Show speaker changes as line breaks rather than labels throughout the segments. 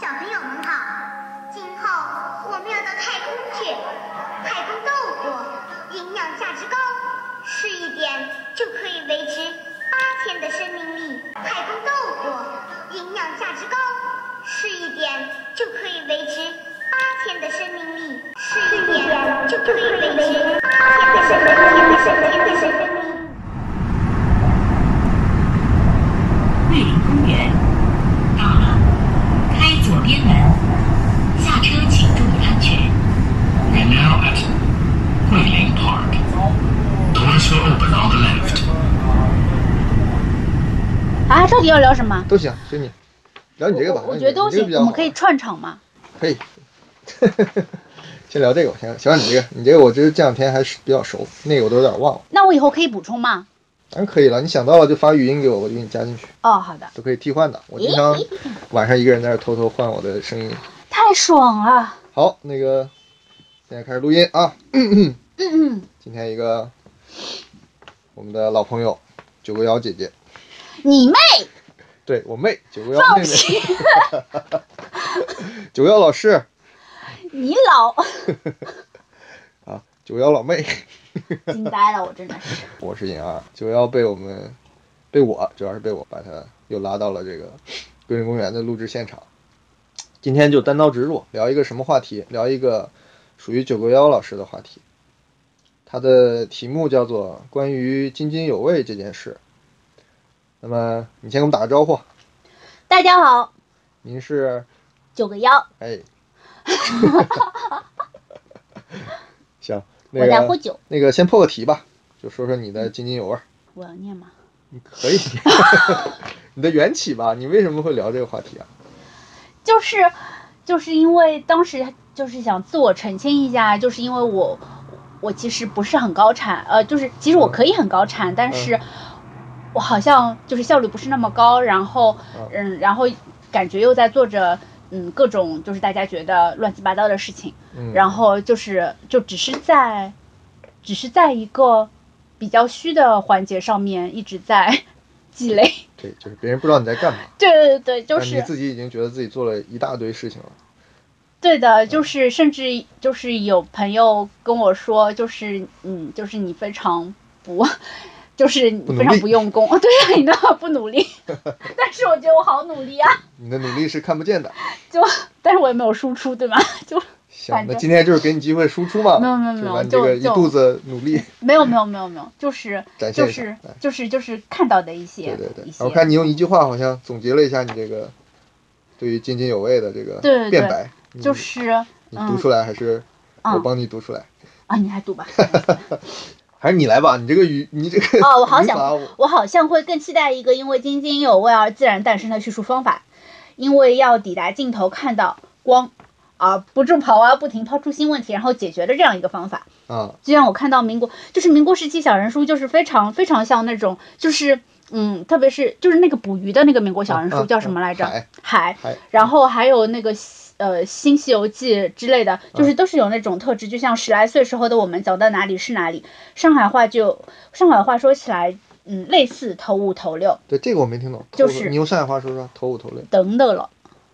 小朋友们好，今后我们要到太空去，太空豆腐营养价值高，吃一点就可以维持八天的生命力。太空豆腐营养价值高，吃一点就可以维持八天的生命力，吃一点就可以维持八天的生命力，八天的生命力。
桂林公园。到了，开左边门，下车请注意安全。
We're now at Guilin Park. Doors will open on the left.
啊，到底要聊什么？
都行，随你。聊你这个吧，
我
聊你
觉得
这个
都
你这
行
个比，较
我
好
们可以串场嘛。
可以。 先聊这个吧，先先聊你这个，你这个我这这两天还是比较熟，那个我都有点忘了。
那我以后可以补充吗？
当然可以了，你想到了就发语音给我，我就给你加进去，
哦，好的，
都可以替换的。我经常晚上一个人在这偷偷换我的声音。
太爽了。
好，那个现在开始录音啊。
嗯嗯，
今天一个我们的老朋友九国瑶姐姐，
你妹，
对我妹九国瑶妹 妹， 九国瑶老师
你老
啊，九国瑶老妹。
惊呆了，我真的是。
我是银二九幺啊被我们，被我主要是被我把他又拉到了这个桂林公园的录制现场。今天就单刀直入，聊一个什么话题？聊一个属于九国幺老师的话题。他的题目叫做“关于津津有味这件事”。那么你先给我们打个招呼，
大家好，
您是？
九个幺，
哎， 行，那
我在喝
个
酒，
那个先破个题吧，就说说你的津津有味。
我要念吗？
可以，你的缘起吧？你为什么会聊这个话题啊？
就是，就是因为当时就是想自我澄清一下，就是因为我，我其实不是很高产，呃，就是其实
嗯
我可以很高产，但是我好像就是效率不是那么高，然后
嗯
嗯，然后感觉又在做着。嗯，各种就是大家觉得乱七八糟的事情，
嗯，
然后就是就只是在，只是在一个比较虚的环节上面一直在 积累。
对，就是别人不知道你在干嘛，
对对对，就
但你
是
自己已经觉得自己做了一大堆事情了。
对的，
嗯
就是甚至就是有朋友跟我说，就是嗯，就是你非常不， 就是你
不努
非常
力
不用功， 对呀、你那不努力， 但是我觉得我好努力啊，
你的努力是看不见的。
就但是我也没有输出，对吗？就
行
反，
那
正
今天就是给你机会输出嘛，
没有没有
就
没有
把你这个
就
一
就
肚子努力
没有没有没有没有，就是
展现
就
一下
是。
哎
就是就是看到的一些
对对对
一，些
我看你用一句话好像总结了一下你这个对于津津有味的这个
对对对
辩白，你
就是
你读出来还是
嗯
我帮你读出来？
啊，你还读 吧。
还是你来吧，你这个语你这个
哦我好
语
想
法我
我好像会更期待一个因为津津有味而自然诞生的叙述方法，因为要抵达尽头看到光，啊，不住跑啊，不停抛出新问题，然后解决的这样一个方法。
啊，
就像我看到民国，就是民国时期小人书，就是非常非常像那种，就是嗯，特别是就是那个捕鱼的那个民国小人
啊
书
啊
叫什么来着？
海
海
海嗯
然后还有那个西呃《新西游记》之类
嗯
的，就是都是有那种特质，就像十来岁时候的我们，走到哪里是哪里。上海话就上海话说起来，嗯，类似头五头六
对这个我没听懂，
就
头
是
你用上海话说说，头五头六
等等了，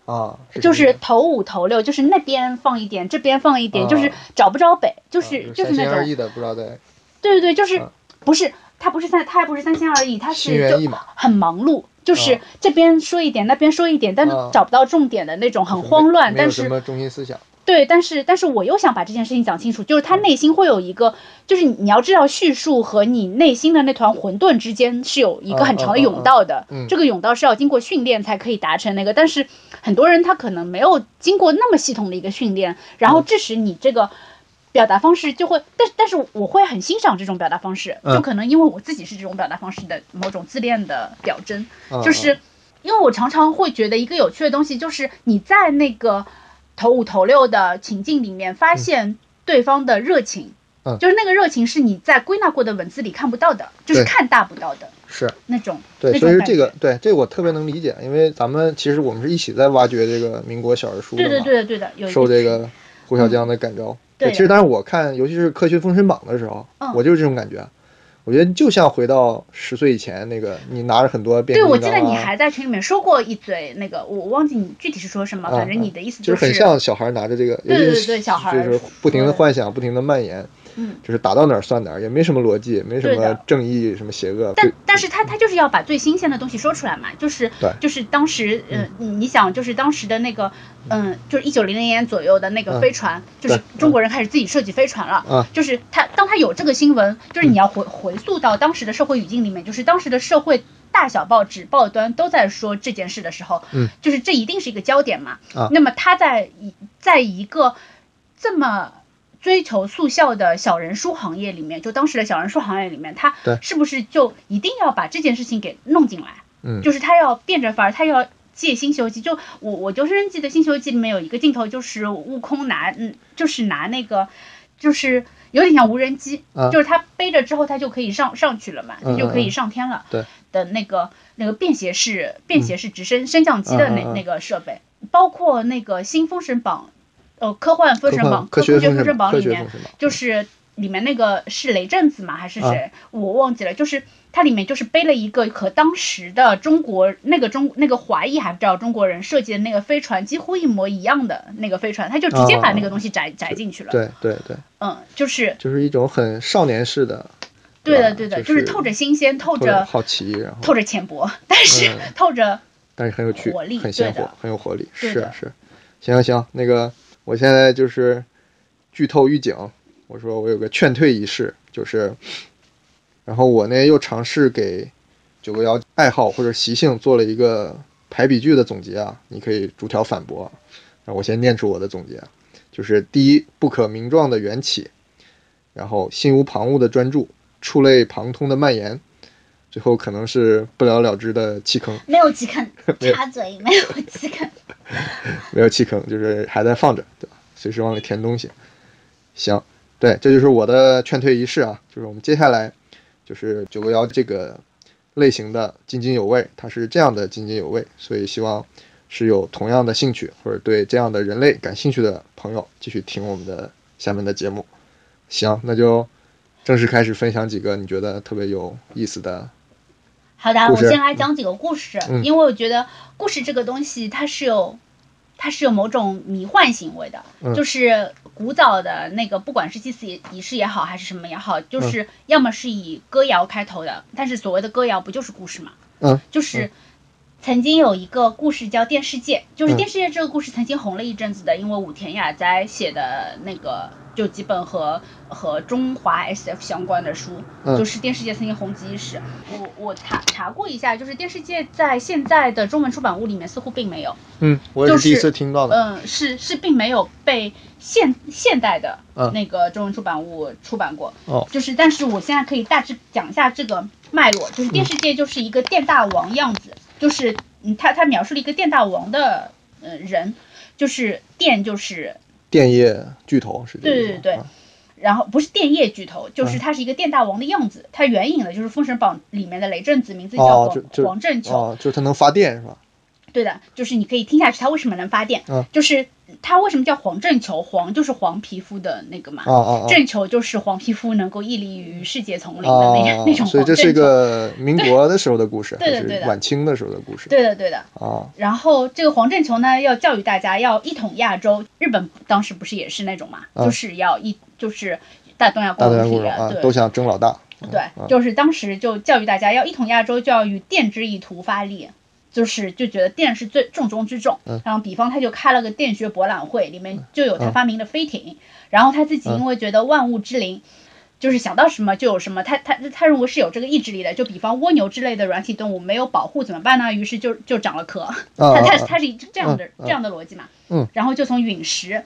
啊，
就
什么意
是
思
头五头六，就是那边放一点，这边放一点，
啊
就是找不着北，就
啊
是、就
就
是
三
那
心二
种，
意的，不知道在
对对对，就是、
啊
不是他不是三，他还不是三心二意，他
心
是就
猿意马，
很忙碌。就是
啊
这边说一点，那边说一点，但是
啊
找不到重点的那种，很
就没
慌乱。
没有
但
什
是
么中心思想，
对，但是但是我又想把这件事情讲清楚，就是
嗯
他内心会有一个，就是你你要知道叙述和你内心的那团混沌之间是有一个很长的甬道的，
嗯嗯嗯嗯
这个甬道是要经过训练才可以达成那个，但是很多人他可能没有经过那么系统的一个训练，然
嗯
后致使你这个。表达方式就会，但但是我会很欣赏这种表达方式，
嗯
就可能因为我自己是这种表达方式的某种自恋的表征，
啊
就是因为我常常会觉得一个有趣的东西，就是你在那个头五头六的情境里面发现对方的热情，
嗯
就是那个热情是你在归纳过的文字里看不到的，就是
对
看大不到的
是
那种。
对，
那
所以
种
说
感
这个对这个我特别能理解，因为咱们其实我们是一起在挖掘这个民国小人书的
对
嘛，
对对的对的，有一
受这
群
个胡小江的感召。
对
其实当时我看，尤其是《科学封神榜》的时候
嗯，
我就是这种感觉。啊我觉得就像回到十岁以前那个，你拿着很多变
对，
形
我
金
记
刚、啊，
得你还在群里面说过一嘴那个，我忘记你具体是说什么，
啊
反正你的意思
就是很像小孩拿着这个，
对对
尤其
对
是
对小孩儿
就是不停
对
的幻想，不停的蔓延，
嗯，
就是打到哪儿算哪儿，也没什么逻辑，没什
对
么
的
正义，什么邪恶，
但
对
但是他他就是要把最新鲜的东西说出来嘛，就是
对嗯
就是当时呃，你你想就是当时的那个嗯、就是一九零零年左右的那个
嗯
飞船，就是
对
中国人开始自己设计飞船了，
嗯
就是他当他有这个新闻，就是你要回回溯到当时的社会语境里面，就是当时的社会。大小报纸、报端都在说这件事的时候，
嗯，
就是这一定是一个焦点嘛。
啊
那么他在一在一个这么追求速效的小人书行业里面，就当时的小人书行业里面，他
对
是不是就一定要把这件事情给弄进来？
嗯
就是他要变着法儿，他要借《新西游记》。就我我就深深记得《新西游记》里面有一个镜头，就是悟空拿嗯，就是拿那个，就是有点像无人机，
啊
就是他背着之后他就可以上上去了嘛，
嗯
他就可
嗯
以
嗯
上天了。
对
的那个那个便携式便携式直升升降机的那、
嗯嗯嗯
那个设备，包括那个新《封神榜》呃科幻《封神
科幻
榜》
科
科
学
学
封神
神榜
榜科
里
学
面
封神榜
就是里面那个是雷震子吗？还是
啊
谁？我忘记了。就是它里面就是背了一个和当时的中国那个中那个华裔还不知道中国人设计的那个飞船几乎一模一样的那个飞船，他就直接把那个东西摘摘进去了。
啊对对对，
嗯，就是
就是一种很少年式的，
对的
吧
对的，
啊就是
透着新鲜，透
透着
着
好奇，然后
透着浅薄，但是
嗯
透着
但是很有趣，
活力
很鲜
对
活
的，
很有活力，
对
是
的
是，行行行，那个我现在就是剧透预警，我说我有个劝退仪式，就是，然后我呢又尝试给九个瑶爱好或者习性做了一个排比句的总结啊，你可以逐条反驳，那我先念出我的总结，就是第一，不可名状的缘起，然后心无旁骛的专注，触类旁通的蔓延。最后可能是不了了之的弃坑，
没有几根
没有
插嘴，没有几根。
没有弃坑，就是还在放着，对吧？随时往里填东西。行，对，这就是我的劝退仪式啊，就是我们接下来就是九个幺这个类型的津津有味，它是这样的津津有味，所以希望是有同样的兴趣或者对这样的人类感兴趣的朋友，继续听我们的下面的节目。行，那就正式开始分享几个你觉得特别有意思的，
好的，
故
我
事
先来讲几个故事，
嗯
因为我觉得故事这个东西它是有，它是有某种迷幻行为的，
嗯
就是古早的那个，不管是祭祀仪式也好，还是什么也好，
嗯
就是要么是以歌谣开头的，但是所谓的歌谣不就是故事嘛，
嗯，
就是。曾经有一个故事叫《电视界》，就是
嗯
《电视界》这个故事曾经红了一阵子的，因为武田雅哉写的那个就几本和和中华 SF 相关的书，
嗯
就是《电视界》曾经红极一时。我我查查过一下，就是电视界在现在的中文出版物里面似乎并没有，
嗯，我也
就是是
第一次听到的，
嗯，是是并没有被现现代的
嗯
那个中文出版物出版过。
哦，
就是，但是我现在可以大致讲一下这个脉络，就是电视界就是一个电大王样子，就是嗯，他他描述了一个电大王的呃人，就是电就是
电业巨头是这个
对
意
对
思吗
对
啊，
然后不是电业巨头，就
嗯
是他是一个电大王的样子。他援引的就是《封神榜》里面的雷震子，名字叫
哦
王、
就就
王振球。
哦，就是它能发电是吧？
对的，就是你可以听下去，他为什么能发电？
嗯
就是他为什么叫黄振球？黄就是黄皮肤的那个嘛，
啊啊啊！
振球就是黄皮肤能够屹立于世界丛林的
啊
那个、那种
所以
黄
这
振
是一
球。
个民国的时候的故事，
对的
还
对
是
的
晚清的时候的故事？
对的，对的。
啊，
然后这个黄振球呢，要教育大家要一统亚洲。日本当时不是也是那种嘛，
嗯
就是要一就是大东亚
大
共
东亚
荣体
共荣啊，
对
都想争老大。
对，就是当时就教育大家要一统亚洲，就要与电之意图发力，就是就觉得电是最重中之重。
嗯
然后比方他就开了个电学博览会，里面就有他发明的飞艇，然后他自己因为觉得万物之灵。就是想到什么就有什么，他他他认为是有这个意志力的。就比方蜗牛之类的软体动物没有保护怎么办呢？于是就就长了壳。
啊
他他
啊
他是这样的、
嗯嗯
这样的逻辑嘛。
嗯。
然后就从陨石，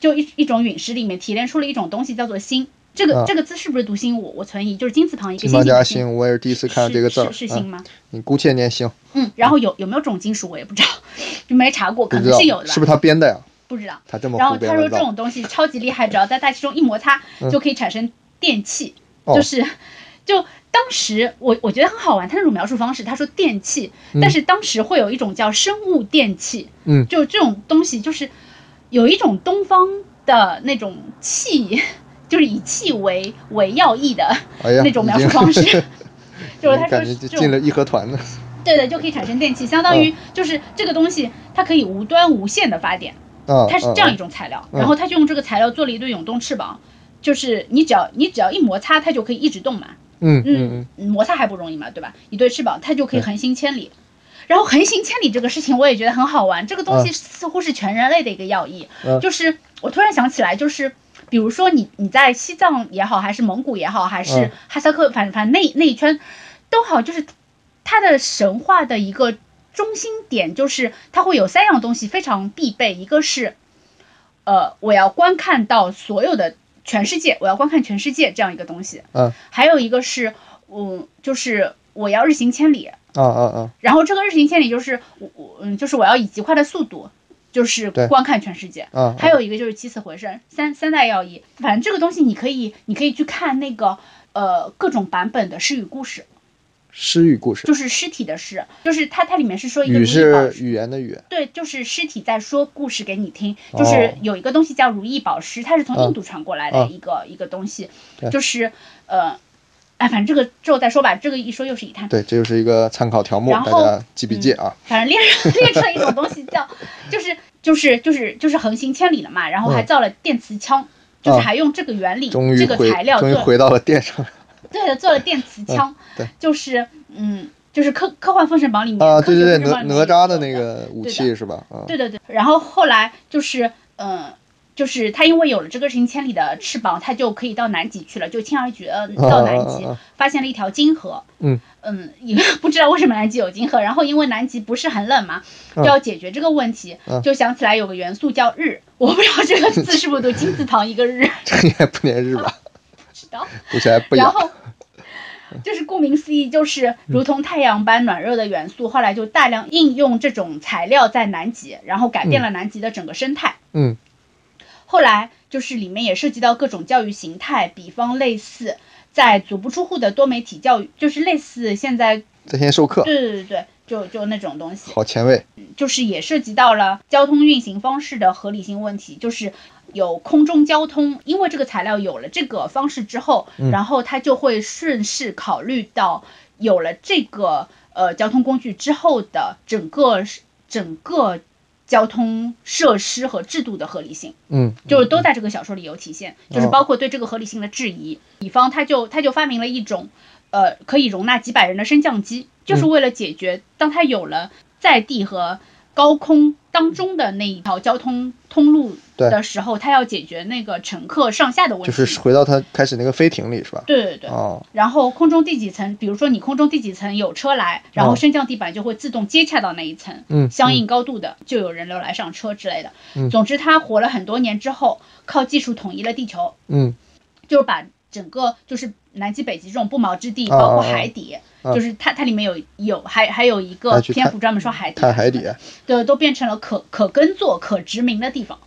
就一一种陨石里面提炼出了一种东西叫做锌。这个、
嗯
这个字是不是读锌？我我存疑，就是金字旁一个
金
星
邦
星
家
的锌。
兴，我也是第一次看到这个字儿。
是是
啊
锌吗？
你姑且念兴，
嗯，然后有有没有这种金属我也不知道， 就没查过，
不
可
知
能
道
是有的吧，
是不是他编的呀？
不知道。
他这么
然
胡
后
编
他说
乱
这
造
种东西超级厉害，只要在大气中一摩擦
嗯
就可以产生电气，
哦
就是就当时我我觉得很好玩，他那种描述方式，他说电气，
嗯
但是当时会有一种叫生物电气，
嗯
就这种东西就是有一种东方的那种气就是以气为为要义的
哎呀，
那种描
已
述
经
方式， 就是他说
感觉
是
就
这种
进了嗯义和团呢。
对的就可以产生电器，相当于就是这个东西它可以无端无限的发电，
啊，
它是
嗯
这样一
嗯
种材料，
嗯
然后他就用这个材料做了一对永动翅膀，就是你只要你只要一摩擦它就可以一直动嘛，
嗯嗯嗯
嗯，摩擦还不容易嘛，对吧？一对翅膀它就可以横行千里。然后横行千里这个事情我也觉得很好玩，这个东西似乎是全人类的一个要义。
嗯
就是我突然想起来，就是比如说你你在西藏也好，还是蒙古也好，还
嗯
是哈萨克，反正反正那那一圈都好，就是它的神话的一个中心点就是它会有三样东西非常必备，一个是呃我要观看到所有的全世界，我要观看全世界这样一个东西。
嗯
还有一个是，嗯，就是我要日行千里，
啊啊啊，
然后这个日行千里就是我我嗯，就是我要以极快的速度，就是
对
观看全世界。
啊
还有一个就是起死回生，三三代要义。反正这个东西你可以，你可以去看那个呃各种版本的诗语故事，
诗语故事，
就是尸体的诗，就是它它里面是说一个如
语
意宝
是
石
语言的语，
对，就是尸体在说故事给你听，
哦
就是有一个东西叫如意宝石，它是从
嗯
印度传过来
啊
的一个、一个东西
对，
就是呃，哎，反正这个之后再说吧，这个一说又是一探。
对，这就是一个参考条目，
然
大
后
家记笔记啊。
反正列列出了一种东西叫， 就是就是就是就是横行千里了嘛，然后还
嗯
造了电磁枪，就是
啊
还用这个原理、
终于
这个
回
材，料
终于
做
回到了电上
对的做了电磁枪，
对
就是嗯就是科科幻封神榜里面
啊！
科
对对
学
对，
封神
哪
榜里面
哪
也
吒
有
的
的
那个武
对
器是吧？啊，
对对对，然后后来就是，呃，就是他因为有了这个行千里的翅膀，他就可以到南极去了，就轻而易举呃到南极
啊啊啊啊，
发现了一条金河。
嗯
嗯，也不知道为什么南极有金河，然后因为南极不是很冷嘛，就
嗯
要解决这个问题
嗯，
就想起来有个元素叫日， 我不知道这个字是不是读金字旁一个 日，
这个也不粘日 吧？
知道。
读起来不
然
雅。
后就是顾名思义，就是如同太阳般暖热的元素，后来就大量应用这种材料在南极，然后改变了南极的整个生态。
嗯
后来就是里面也涉及到各种教育形态，比方类似在足不出户的多媒体教育，就是类似现在
在线授课，
对对对对，就就那种东西，
好前卫。
就是也涉及到了交通运行方式的合理性问题，就是。有空中交通，因为这个材料有了这个方式之后，
嗯
然后它就会顺势考虑到有了这个呃交通工具之后的整个整个交通设施和制度的合理性。
嗯，
就是都在这个小说里有体现，
嗯
就是包括对这个合理性的质疑。乙方他就他就发明了一种，呃，可以容纳几百人的升降机，
嗯
就是为了解决当他有了在地和高空当中的那一条交通通路
对
的时候，他要解决那个乘客上下的问
就
题。
是回到他开始那个飞艇里是吧？
对对对。
哦，
然后空中第几层，比如说你空中第几层有车来，然
哦
后升降地板就会自动接洽到那一层，
嗯
相应高度的就有人流来上车之类的。
嗯
总之，他活了很多年之后，靠技术统一了地球，
嗯
就是把整个就是南极、北极这种不毛之地，
啊
包括
啊啊
海底，
啊
就是它它里面有有还还有一
还
个
去
篇
探
幅专门说海底，
看海底，啊
对，都变成了可可耕作、可殖民的 地方。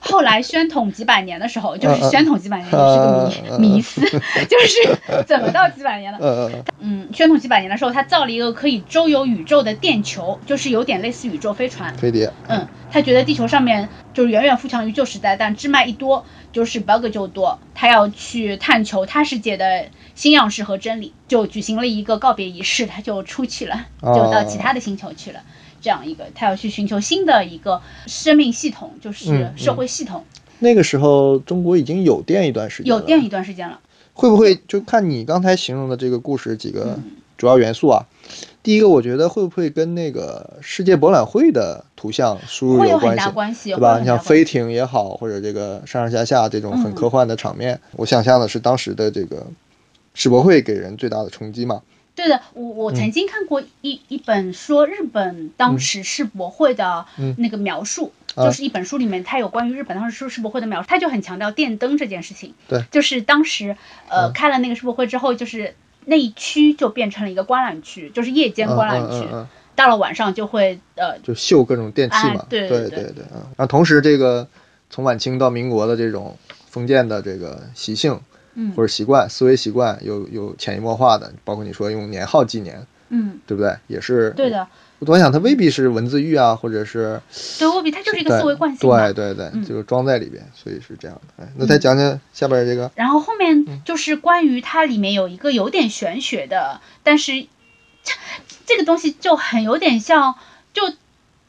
后来宣统几百年的时候，就是
嗯嗯
宣统几百年也是个
嗯嗯嗯
迷迷思， 就是怎么到几百年了？
呃，呃
嗯，宣统几百年的时候，他造了一个可以周游宇宙的电球，就是有点类似宇宙飞船。
飞碟，
嗯，他觉得地球上面就是远远富强于旧时代，但芝麻一多就是 bug 就多。他要去探求他世界的新样式和真理，就举行了一个告别仪式，他就出去了，
哦
就到其他的星球去了。这样一个，他要去寻求新的一个生命系统，就是
嗯嗯
社会系统。
那个时候中国已经有电一段时间了，
有电一段时间了，
会不会就看你刚才形容的这个故事几个
嗯
主要元素啊？第一个，我觉得会不会跟那个世界博览会的图像输入
会有
有
很
关系
大？关系，
对
会有
吧？
很大
你像
关系
飞艇也好，或者这个上上下下这种很
嗯
科幻的场面，我想象的是当时的这个世博会给人最大的冲击嘛。
对的，我
嗯
我曾经看过一一本说日本当时世博会的
嗯
那个描述，
啊
就是一本书里面它有关于日本当时世世博会的描述，它就很强调电灯这件事情。
对嗯
就是当时呃、开了那个世博会之后，就是那一区就变成了一个观览区，就是夜间
嗯
观览
嗯
区。
嗯嗯，
到了晚上就会呃，
就秀各种电器嘛
哎。对
对
对对
对嗯。然后同时，这个从晚清到民国的这种封建的这个习性
嗯
或者习惯、思维习惯，有有潜移默化的，包括你说用年号纪年，
嗯，
对不对？也是
对的。
我端想它未必是文字狱啊，或者是
对，未必它就是一个
对
思维惯性嘛。
对对对，
嗯
就是装在里边，所以是这样的。哎，那再讲讲下边这个，
然后后
嗯
面就是关于它里面有一个有点玄学的，但是这这个东西就很有点像，就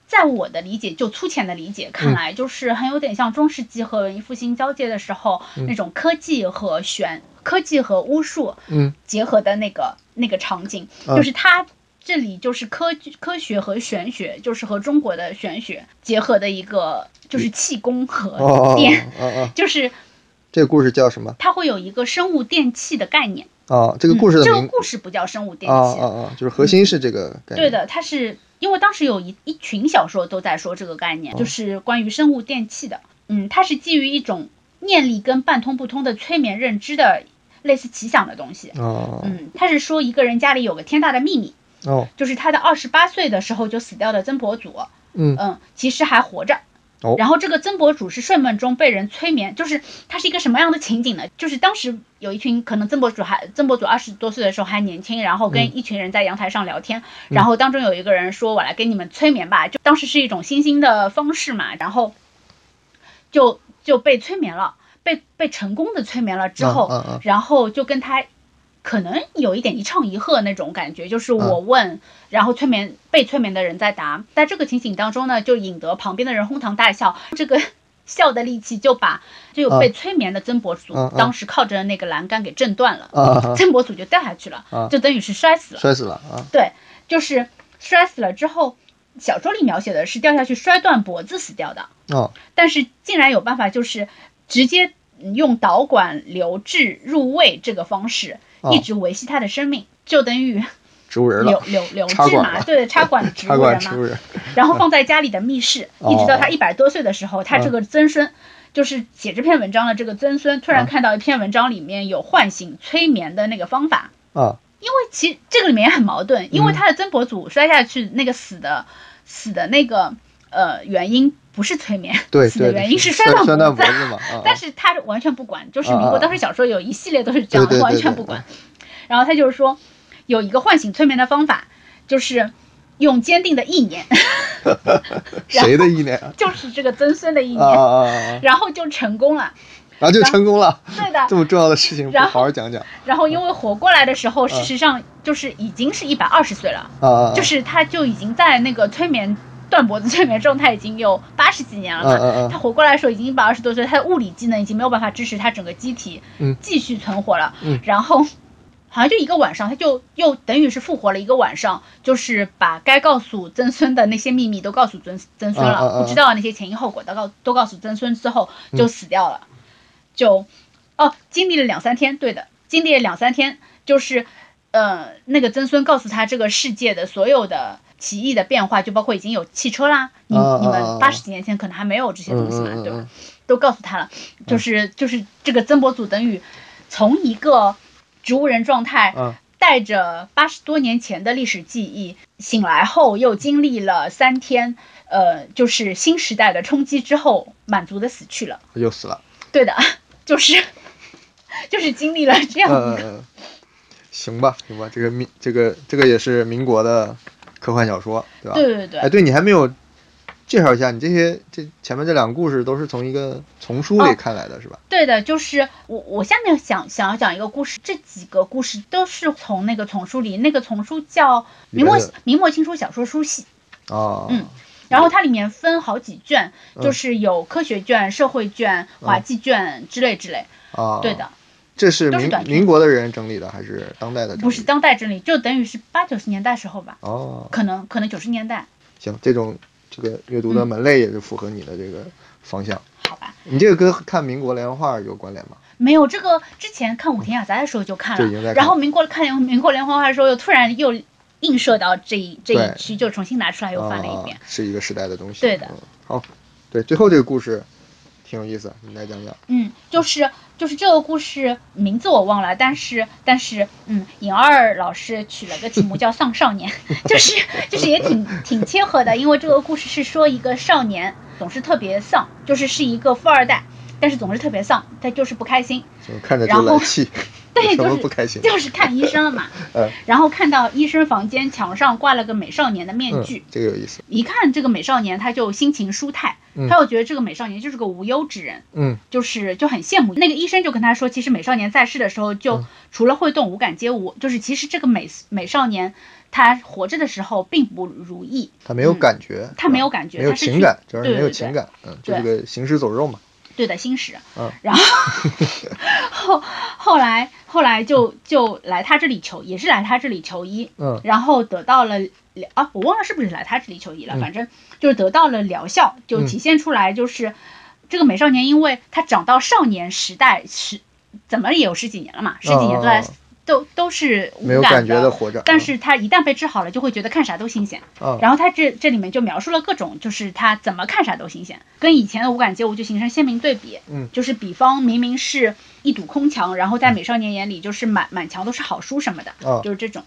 在我的理解，就粗浅的理解
嗯
看来，就是很有点像中世纪和文艺复兴交界的时候、那种科技和玄、科技和巫术
嗯
结合的那个那个场景，
嗯
就是它。这里就是科科学和玄学，就是和中国的玄学结合的一个，就是气功
哦哦
和
哦
电，
哦哦，
就是
这个故事叫什么？
它会有一个生物电器的概念。
啊，这个故事
嗯
的
这
名
个故事不叫生物电
啊
器，
啊啊，就是核心是这个概念。
对，的，它是因为当时有一一群小说都在说这个概
哦
念，就是关于生物电器的。嗯，它是基于一种念力跟半通不通的催眠认知的类似奇想的东西。
哦
嗯，它是说一个人家里有个天大的秘密，
哦
就是他的二十八岁的时候就死掉的曾伯祖，
嗯
嗯，其实还活着
哦。
然后这个曾博主是睡梦中被人催眠，就是他是一个什么样的情景呢？就是当时有一群可能曾博主还曾博主二十多岁的时候还年轻，然后
嗯
跟一群人在阳台上聊天，然后当中有一个人说：“我来给你们催眠吧。”就当时是一种新兴的方式嘛，然后就就被催眠了，被被成功的催眠了之后，
嗯嗯嗯
然后就跟他可能有一点一唱一和那种感觉，
啊
就是我问，然后催眠被催眠的人在答。在这个情景当中呢，就引得旁边的人哄堂大笑，这个笑的力气就把就有被
嗯
催眠的曾伯祖、
嗯嗯
当时靠着那个栏杆给震断了，
啊啊，
曾伯祖就掉下去了，
啊
就等于是摔死了。
摔死了啊！
对，就是摔死了之后，小说里描写的是掉下去摔断脖子死掉的，
哦
但是竟然有办法，就是直接嗯用导管留置入胃这个方式，
哦
一直维系他的生命，就等于
植物人
留
了，
留留
插
置
管
嘛，
了
对，插管植
插
物
管
人
植
嘛
物，人，
然后放在家里的密室，一直到他
哦
一百多岁的时候，他这
嗯
个曾孙。就是写这篇文章的这个曾孙，突然
嗯
看到一篇文章里面有唤醒催眠的那个方法，
啊
因为其实这个里面也很矛
嗯
盾，因为他的曾伯祖摔下去那个死的、死的那个呃原因不是催眠，
对
死的
对
原
对，
因
是
是
摔
摔断
断
脖
脖
子。
子嘛啊，
但是他完全不管，就是民
啊啊
国
啊
当时小说有一系列都是这样，
对对对
完全不管。然后他就是说，有一个唤醒催眠的方法，就是用坚定的意念，
谁的意念啊
就是这个曾孙的意念，
啊啊啊！
然后就成功了。
然后就成功了，
对的，
这么重要的事情不
啊然
好
后
好讲讲
然后因为活过来的时候，事实上就是已经是一百二十岁了。
啊啊！
就是他就已经在那个催眠断脖子催眠状态已经有八十几年了
嗯
嘛。
嗯
他
嗯
活过来的时候已经一百二十多岁，他的物理机能已经没有办法支持他整个机体
嗯
继续存活了。
嗯
然后好像就一个晚上，他就又等于是复活了一个晚上，就是把该告诉曾孙的那些秘密都告诉曾曾孙
嗯嗯
了，
嗯
不知道的那些前因后果都告都告诉曾孙之后就死掉了，就哦经历了两三天，对的，经历了两三天，就是呃，那个曾孙告诉他这个世界的所有的奇异的变化，就包括已经有汽车啦，你
啊
你
啊啊
们八十几年前可能还没有这些
嗯
东西嘛，
嗯
对吧
嗯？
都告诉他了，就是就是这个曾伯祖等于从一个植物人状态，
嗯
带着八十多年前的历史记忆醒来后，又经历了三天，呃，就是新时代的冲击之后，满足的死去了。
嗯，又死了，
对的，就是。就是经历了这样
嗯
一
嗯
个，
嗯，行吧行吧，这个民这个这个也是民国的科幻小说，对吧？
对对对
哎，，对你还没有介绍一下，你这些这前面这两个故事都是从一个丛书里
哦
看来的，是吧？
对的，就是我我下面想想要讲一个故事，这几个故事都是从那个丛书里，那个丛书叫《
里
明
面
末
的
明末清初小说书系》，
哦，
嗯然后它里面分好几卷，就
嗯
是有科学卷、社会卷、滑稽卷之类之类。
啊，
对的，，
这是
都是
民
短篇
民国的人整理的还是当代的整理？
不是当代整理，就等于是八九十年代时候吧，
哦，
可能可能九十年代，
行，这种这个阅读的
嗯
门类也是符合你的这个方向。
好吧？
你这个跟看民国连环画有关联吗？
没有这个之前看《武田雅杂》的时候就看
就已经在
了，
看
然后民国看民国连环画的时候又突然又映射到这一这
对
一区，就重新拿出来又翻了一遍
啊。，是一个时代的东西。
对的
嗯好，对，最后这个故事挺有意思，你来讲讲。
嗯，就是就是这个故事名字我忘了，但是但是嗯，尹二老师取了个题目叫《丧少年》， 就是就是也挺挺贴合的，因为这个故事是说一个少年总是特别丧，就是是一个富二代，但是总是特别丧，他就是不开心。
就是看着
然
就
后
来气， 有
对，
什
就
么
是
不开心的？。
就是看医生了嘛
嗯
然后看到医生房间墙上挂了个美少年的面
嗯
具，，
这个有意思。
一看这个美少年，他就心情舒泰，
嗯
他就觉得这个美少年就是个无忧之人，
嗯
就是就很羡慕。那个医生就跟他说，其实美少年在世的时候，
嗯
就除了会动、无感街舞，就是其实这个美美少年他活着的时候并不如意，
他没有
嗯
感觉，
他
是吧
没有感觉
没有
他是
情
去
感，主要是
对
没有
对对
情感，嗯，就是
对
个行尸走肉嘛，
对的心事。
嗯
然后 后后来后来就就来他这里求，也是来他这里求医，
嗯
然后得到了疗啊，我忘了是不是来他这里求医了，
嗯
反正就是得到了疗效，就
嗯
体现出来就是、这个美少年，因为他长到少年时代十，怎么也有十几年了嘛，十几年都在、
哦哦哦
都都是无
没有感觉
的
的。嗯活着。
但是他一旦被治好了，就会觉得看啥都新鲜。
嗯，
然后他这这里面就描述了各种，就是他怎么看啥都新鲜，跟以前的无感街舞就形成鲜明对比。
嗯
就是比方明明是一堵空墙，然后在美少年眼里就是满满墙都是好书什么的，
啊
就是这种。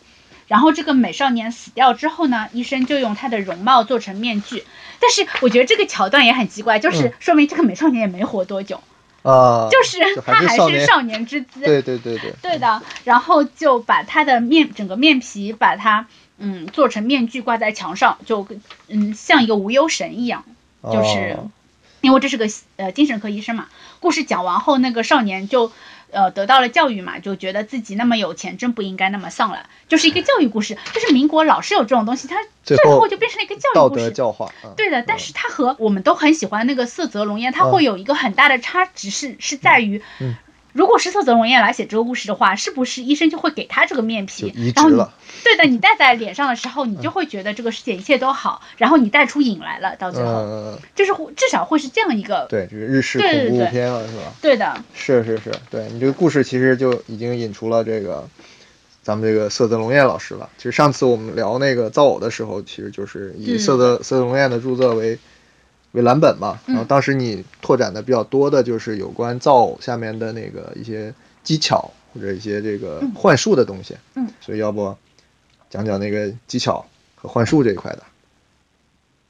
然后这个美少年死掉之后呢，医生就用他的容貌做成面具。但是我觉得这个桥段也很奇怪，就是
嗯
说明这个美少年也没活多久，
啊，
就是
就
他
还是
还
少
是
年，
少年之姿。
啊对对对对，
对的，然后就把他的面整个面皮把它嗯做成面具挂在墙上，就嗯像一个无忧神一样，就是、
哦
因为这是个呃精神科医生嘛。故事讲完后，那个少年就呃得到了教育嘛，就觉得自己那么有钱真不应该那么丧了，就是一个教育故事。就是民国老是有这种东西，它
最
最
后
就变成了一个教
道
育故
德
事。
教化啊，
对的，但
嗯
是它和我们都很喜欢那个色泽龙彦，它
嗯
会有一个很大的差，值是是在于
嗯，
如果是色泽龙彦来写这个故事的话，是不是医生就会给他这个面
就
皮
移，
然后
植
你
了，嗯
对的，你戴在脸上的时候，你就会觉得这个世界一切都好，然后你带出瘾来了，到
嗯
最后，
嗯，嗯
就是会至少会是这样一个
对，这个日式
对对
恐怖
对
片啊了是吧？
对的，
是是是，对你这个故事其实就已经引出了这个咱们这个色泽龙彦老师了。其实上次我们聊那个造偶的时候，其实就是以
嗯
色泽、色泽龙彦的著作为为蓝本嘛。然后
嗯
当时你拓展的比较多的就是有关造偶下面的那个一些技巧或者一些这个
嗯
幻术的东西。
嗯，
所以要不讲讲那个技巧和幻术这一块的。
嗯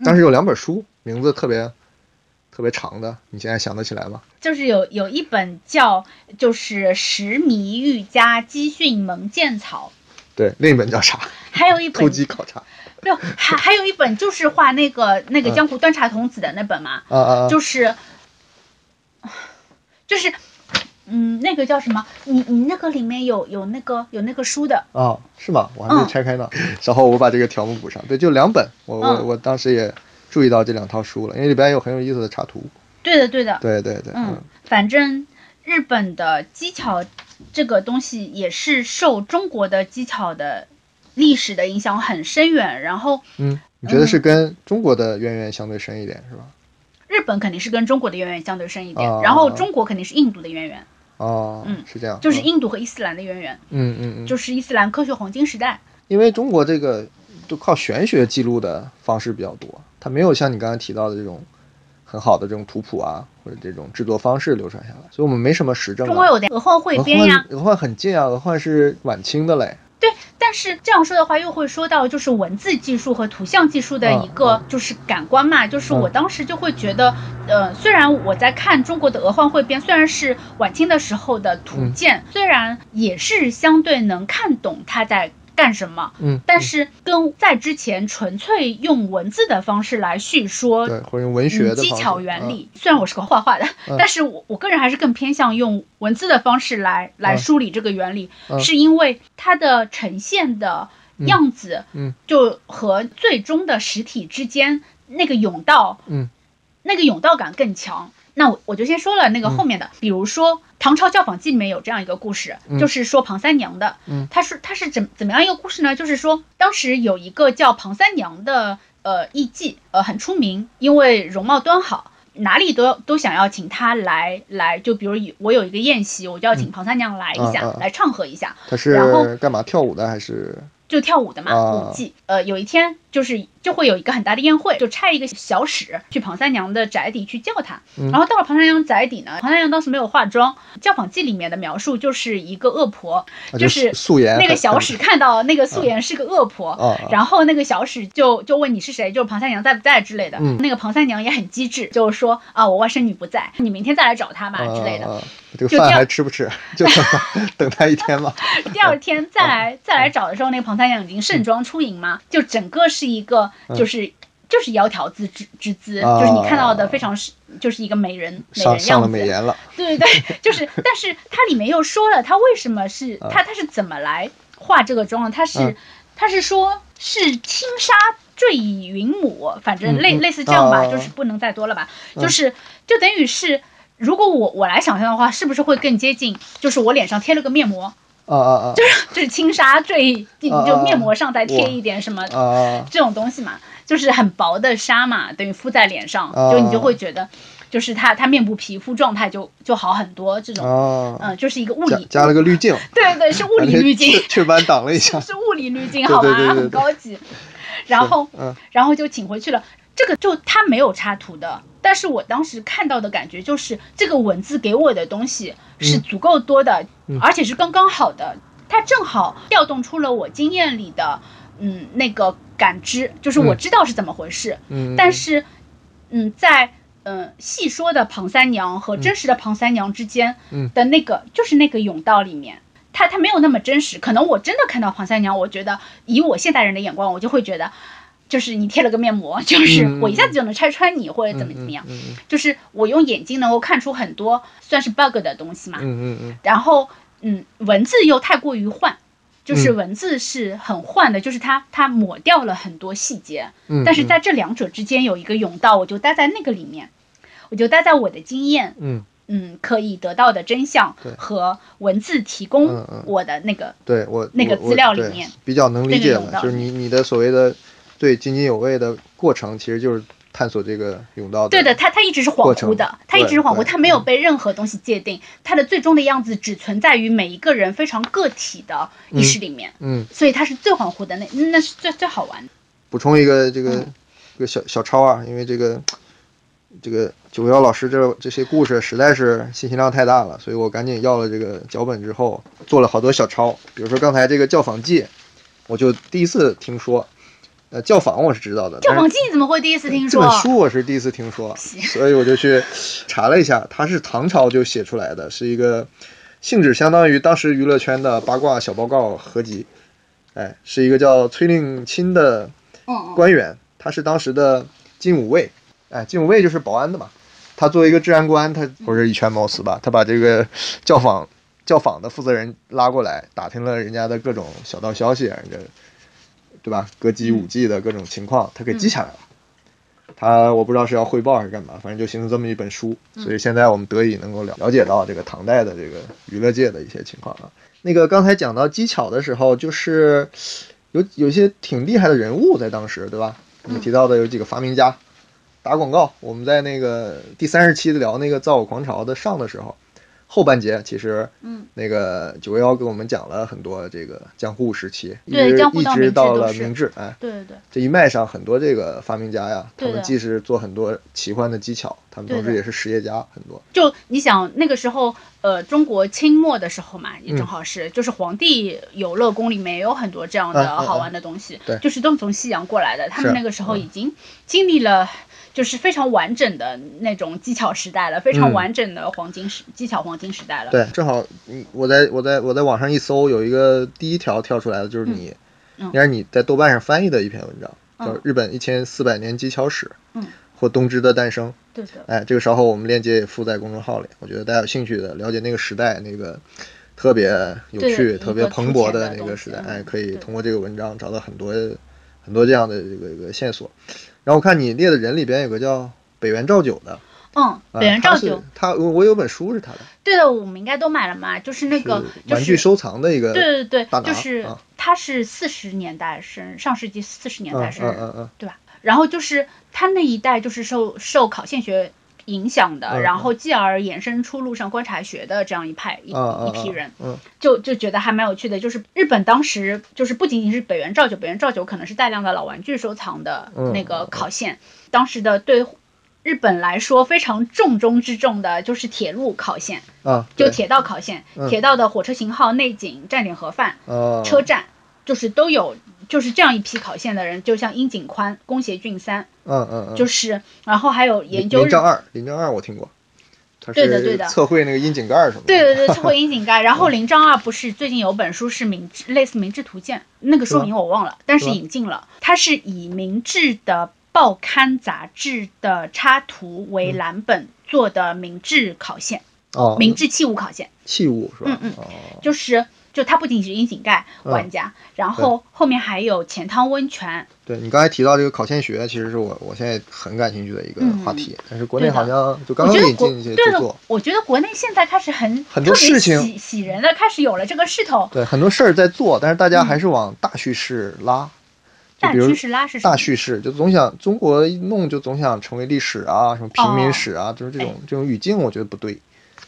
当时有两本书，名字特别特别长的，你现在想得起来吗？
就是有有一本叫就是《石迷玉家鸡训蒙剑草
对，另一本叫啥？》，
还有一
偷
本
鸡考察
没有，还还有一本就是画那个那个
嗯
江湖端茶童子的那本嘛，
啊啊啊！
就是，就是，嗯，那个叫什么？你你那个里面有有那个有那个书的，
啊，是吗？我还没
嗯
拆开呢。稍后我把这个条目补上。对，就两本，我我
嗯
我当时也注意到这两套书了，因为里边有很有意思的插图。
对的对的，
对对对，
嗯，反正日本的技巧这个东西也是受中国的技巧的历史的影响很深远，然后
嗯，你觉得是跟中国的渊源相对深一点是吧？
日本肯定是跟中国的渊源相对深一点，
啊
然后中国肯定是印度的渊源，
哦，
嗯
是这样，
就是
嗯
印度和伊斯兰的渊源，
嗯嗯嗯，
就是伊斯兰科学黄金时代。
因为中国这个就靠玄学记录的方式比较多，它没有像你刚才提到的这种很好的这种图谱啊，或者这种制作方式流传下来，所以我们没什么实证、啊。
中国有的俄后会
俄
编呀
幻，俄幻很近啊，俄幻是晚清的嘞。
对，但是这样说的话，又会说到就是文字技术和图像技术的一个就是感官嘛，就是我当时就会觉得，呃，虽然我在看中国的俄幻汇编，虽然是晚清的时候的图鉴，虽然也是相对能看懂他在干什么。
嗯，
但是跟在之前纯粹用文字的方式来叙说
对，或者用文学
嗯，
的
技
方式
巧原理。，虽然我是个画画的，
嗯
但是我我个人还是更偏向用文字的方式来来
嗯
梳理这个原理，
嗯
是因为它的呈现的样子，
嗯
就和最终的实体之间那个甬道，
嗯
那个甬道感更强。那我我就先说了那个
嗯
后面的，比如说《唐朝教坊记》里面有这样一个故事，
嗯
就是说庞三娘的。
嗯
她是她是怎怎么样一个故事呢？就是说当时有一个叫庞三娘的呃艺妓，呃很出名，因为容貌端好。哪里都都想要请她来来，就比如有我有一个宴席，我就要请庞三娘来一下，
嗯嗯啊啊
来唱和一下。
他是
然后
干嘛跳舞的还是
就跳舞的嘛，
啊
舞技。呃，有一天就是就会有一个很大的宴会，就差一个小使去庞三娘的宅邸去叫她。
嗯
然后到了庞三娘宅邸呢，庞三娘当时没有化妆，《教坊记》里面的描述就是一个恶婆，
啊
就
就是素颜
那个
很
小
很
使看到 那个素颜是个恶婆，
啊啊
哦然后那个小史就就问你是谁，就是庞三娘在不在之类的。
嗯
那个庞三娘也很机智，就是说啊，我外甥女不在，你明天再来找她嘛
啊
之类的。
啊啊这
就
个
这
饭
样
还吃 不吃？就等他等他一天嘛。
第二
嗯
天再来再来找的时候，那个庞三娘已经盛装出营嘛，就整个是一个就是。就是窈窕之之之姿，
嗯啊
就是你看到的非常是，就是一个美人美
上
人
上
样
了
子，
美颜了，
对对对， 就是，但是它里面又说了，它为什么是
啊
它它是怎么来化这个妆的？它是
嗯
它是说是轻纱坠以云母，反正类
嗯嗯
类似这样吧，
啊嗯
就是不能再多了吧，就是就等于是。如果我我来想象的话，是不是会更接近？就是我脸上贴了个面膜，
啊 啊
就是轻纱坠，就
啊
就面膜上再
哇
贴一点什么
啊啊！
这种东西嘛，就是很薄的纱嘛，等于敷在脸上，
啊
就你就会觉得，就是它它面部皮肤状态就就好很多。这种，
啊，
嗯，就是一个物
加
理，
加了个滤镜，
对对，是物
感
理
觉
滤镜，
雀雀斑挡了一
是
下。
是物理滤镜，
对
好吧，
对对对
很高级。 然后，
嗯
然后就请回去了。这个就它没有插图的，但是我当时看到的感觉就是这个文字给我的东西是足够多的，
嗯
而且是刚刚好的，它正好调动出了我经验里的嗯那个感知，就是我
嗯
知道是怎么回事，
嗯，
但是嗯在。嗯，细说的庞三娘和真实的庞三娘之间
嗯
的那个，就是那个甬道里面，它它没有那么真实。可能我真的看到庞三娘，我觉得以我现代人的眼光，我就会觉得，就是你贴了个面膜，就是
嗯嗯
我一下子就能拆穿你，或者怎么怎么样。
嗯嗯
就是我用眼睛能够看出很多算是 bug 的东西嘛。
嗯嗯嗯
然后嗯，文字又太过于幻，
嗯
就是文字是很幻的，就是它它抹掉了很多细节。
嗯，
但是在这两者之间有一个甬道，我就待在那个里面，我就待在我的经验，
嗯，
嗯，可以得到的真相
对
和文字提供
嗯嗯
我的那个，
对我
那个
我
资料
我
里
对
面
比较能
那
理
个
解
甬道
了，就是你你的所谓的对津津有味的过程，其实就是探索这个甬道的。
对的，它它一直是恍
过
惚
程
的，它一直
对
是恍惚，
对嗯
它没有被任何东西界定，它的最终的样子只存在于每一个人非常个体的意识里面，
嗯，
所以它是最恍惚的，那那是最最好玩的。
补充一个这个、
嗯
这个小小抄啊，因为这个这个九幺老师这这些故事实在是信息量太大了，所以我赶紧要了这个脚本之后，做了好多小抄。比如说刚才这个教坊记，我就第一次听说。呃，教坊我是知道的，
教
但是
坊记怎么会第一次听
哎这
说啊
本？书我是第一次听说，所以我就去查了一下，它是唐朝就写出来的，是一个性质相当于当时娱乐圈的八卦小报告合集。哎，是一个叫崔令钦的
嗯嗯
官员，他是当时的禁武卫，哎，禁武卫就是保安的嘛。他作为一个治安官，他不是一拳谋死吧？他把这个教坊教坊的负责人拉过来，打听了人家的各种小道消息，人家对吧？歌姬舞姬的各种情况，他给记下来了。他我不知道是要汇报还是干嘛，反正就形成这么一本书。
嗯
所以现在我们得以能够了了解到这个唐代的这个娱乐界的一些情况啊。那个刚才讲到技巧的时候，就是有有一些挺厉害的人物在当时，对吧？
嗯
你提到的有几个发明家，打广告。我们在那个第三十期聊那个造我狂潮的上的时候，后半节其实，
嗯，
那个九幺给我们讲了很多这个江户时期，一
对
直
江户
一
到明
直
治
到
都
了
是
明治，哎，
对对对，
这一脉上很多这个发明家呀，他
对的
们既是做很多奇幻的技巧，他们
对
同时
的
也是实业家很多。
就你想那个时候，呃，中国清末的时候嘛，
嗯
也正好是，就是皇帝游乐宫里面也有很多这样的
嗯嗯嗯
好玩的东西，
对
就是都从西洋过来的，他们
是
那个时候已经经历了。就是非常完整的那种技巧时代了，非常
嗯
完整的黄金时、技巧黄金时代了。
对，正好嗯我在我在我在网上一搜，有一个第一条跳出来的就是你，
嗯嗯
应该是你在豆瓣上翻译的一篇文章，
嗯
叫《日本一千四百年技巧史》，
嗯，
或《东芝的诞生》。
对的，
哎，这个稍后我们链接也附在公众号里，我觉得大家有兴趣的了解那个时代那个特别有
对
趣、
一
特
个
别
粗
蓬勃
浅
的
的
那
东
个
西
时代，
嗯
哎，可以
对
通过这个文章找到很多很多这样的这个这个线索。然后我看你列的人里边有个叫北原照久的，
嗯，
啊
北原
他
照
是
久，
他我我有本书是他的，
对的，我们应该都买了嘛，就是那个
是
就
玩具
是
收藏的一个，嗯
对对
大
对，
拿
就是
啊
他是四十年代生，上世纪四十年
嗯
代生
嗯
人，
嗯嗯，
对吧？然后就是他那一代就是受受考现学影响的，
嗯
然后继而衍生出路上观察学的这样一派一、
啊
一批人。，
嗯
就就觉得还蛮有趣的，就是日本当时就是不仅仅是北原照久，北原照久可能是大量的老玩具收藏的
嗯
那个考线，当时的对日本来说非常重中之重的就是铁路考线，
嗯啊，
就
对
铁道考线，
嗯
铁道的火车型号、内景、站点盒饭、
啊
车站，就是都有，就是这样一批考线的人，就像樱井宽、宫胁俊三，
嗯嗯嗯，
就是是然后还有研究
林
日
正二，林正二我听过，他
对的对
是
的
测绘那个窨井盖儿什么的，
对对对，测绘阴井盖。然
嗯
后林章二不是最近有本书是明治，类似《明治图鉴》，那个
是吗
书名我忘了，但是
是吗
引进了。它是以明治的报刊杂志的插图为蓝本做的明治考线，
嗯哦，
明治器物考线，
器物是
嗯
吧？
嗯
哦，
就是就它不仅是阴井盖
嗯
玩家，然后后面还有钱汤温泉，
对你刚才提到这个考现学，其实是我我现在很感兴趣的一个话题，但是国
嗯
内
对的
好像就刚
我
刚
觉得
引
国
进一些
对啊
著
的
作，，
我觉得国内现在开始很
很多
特别
事情
喜喜人的开始有了这个势头，
对很多事儿在做，但是大家还是往大叙事拉，
嗯
就
大
比如
趋势拉是什么
大叙事，就总想中国一弄就总想成为历史啊，什么平
哦
民史啊，就是这种
哎
这种语境，我觉得不对。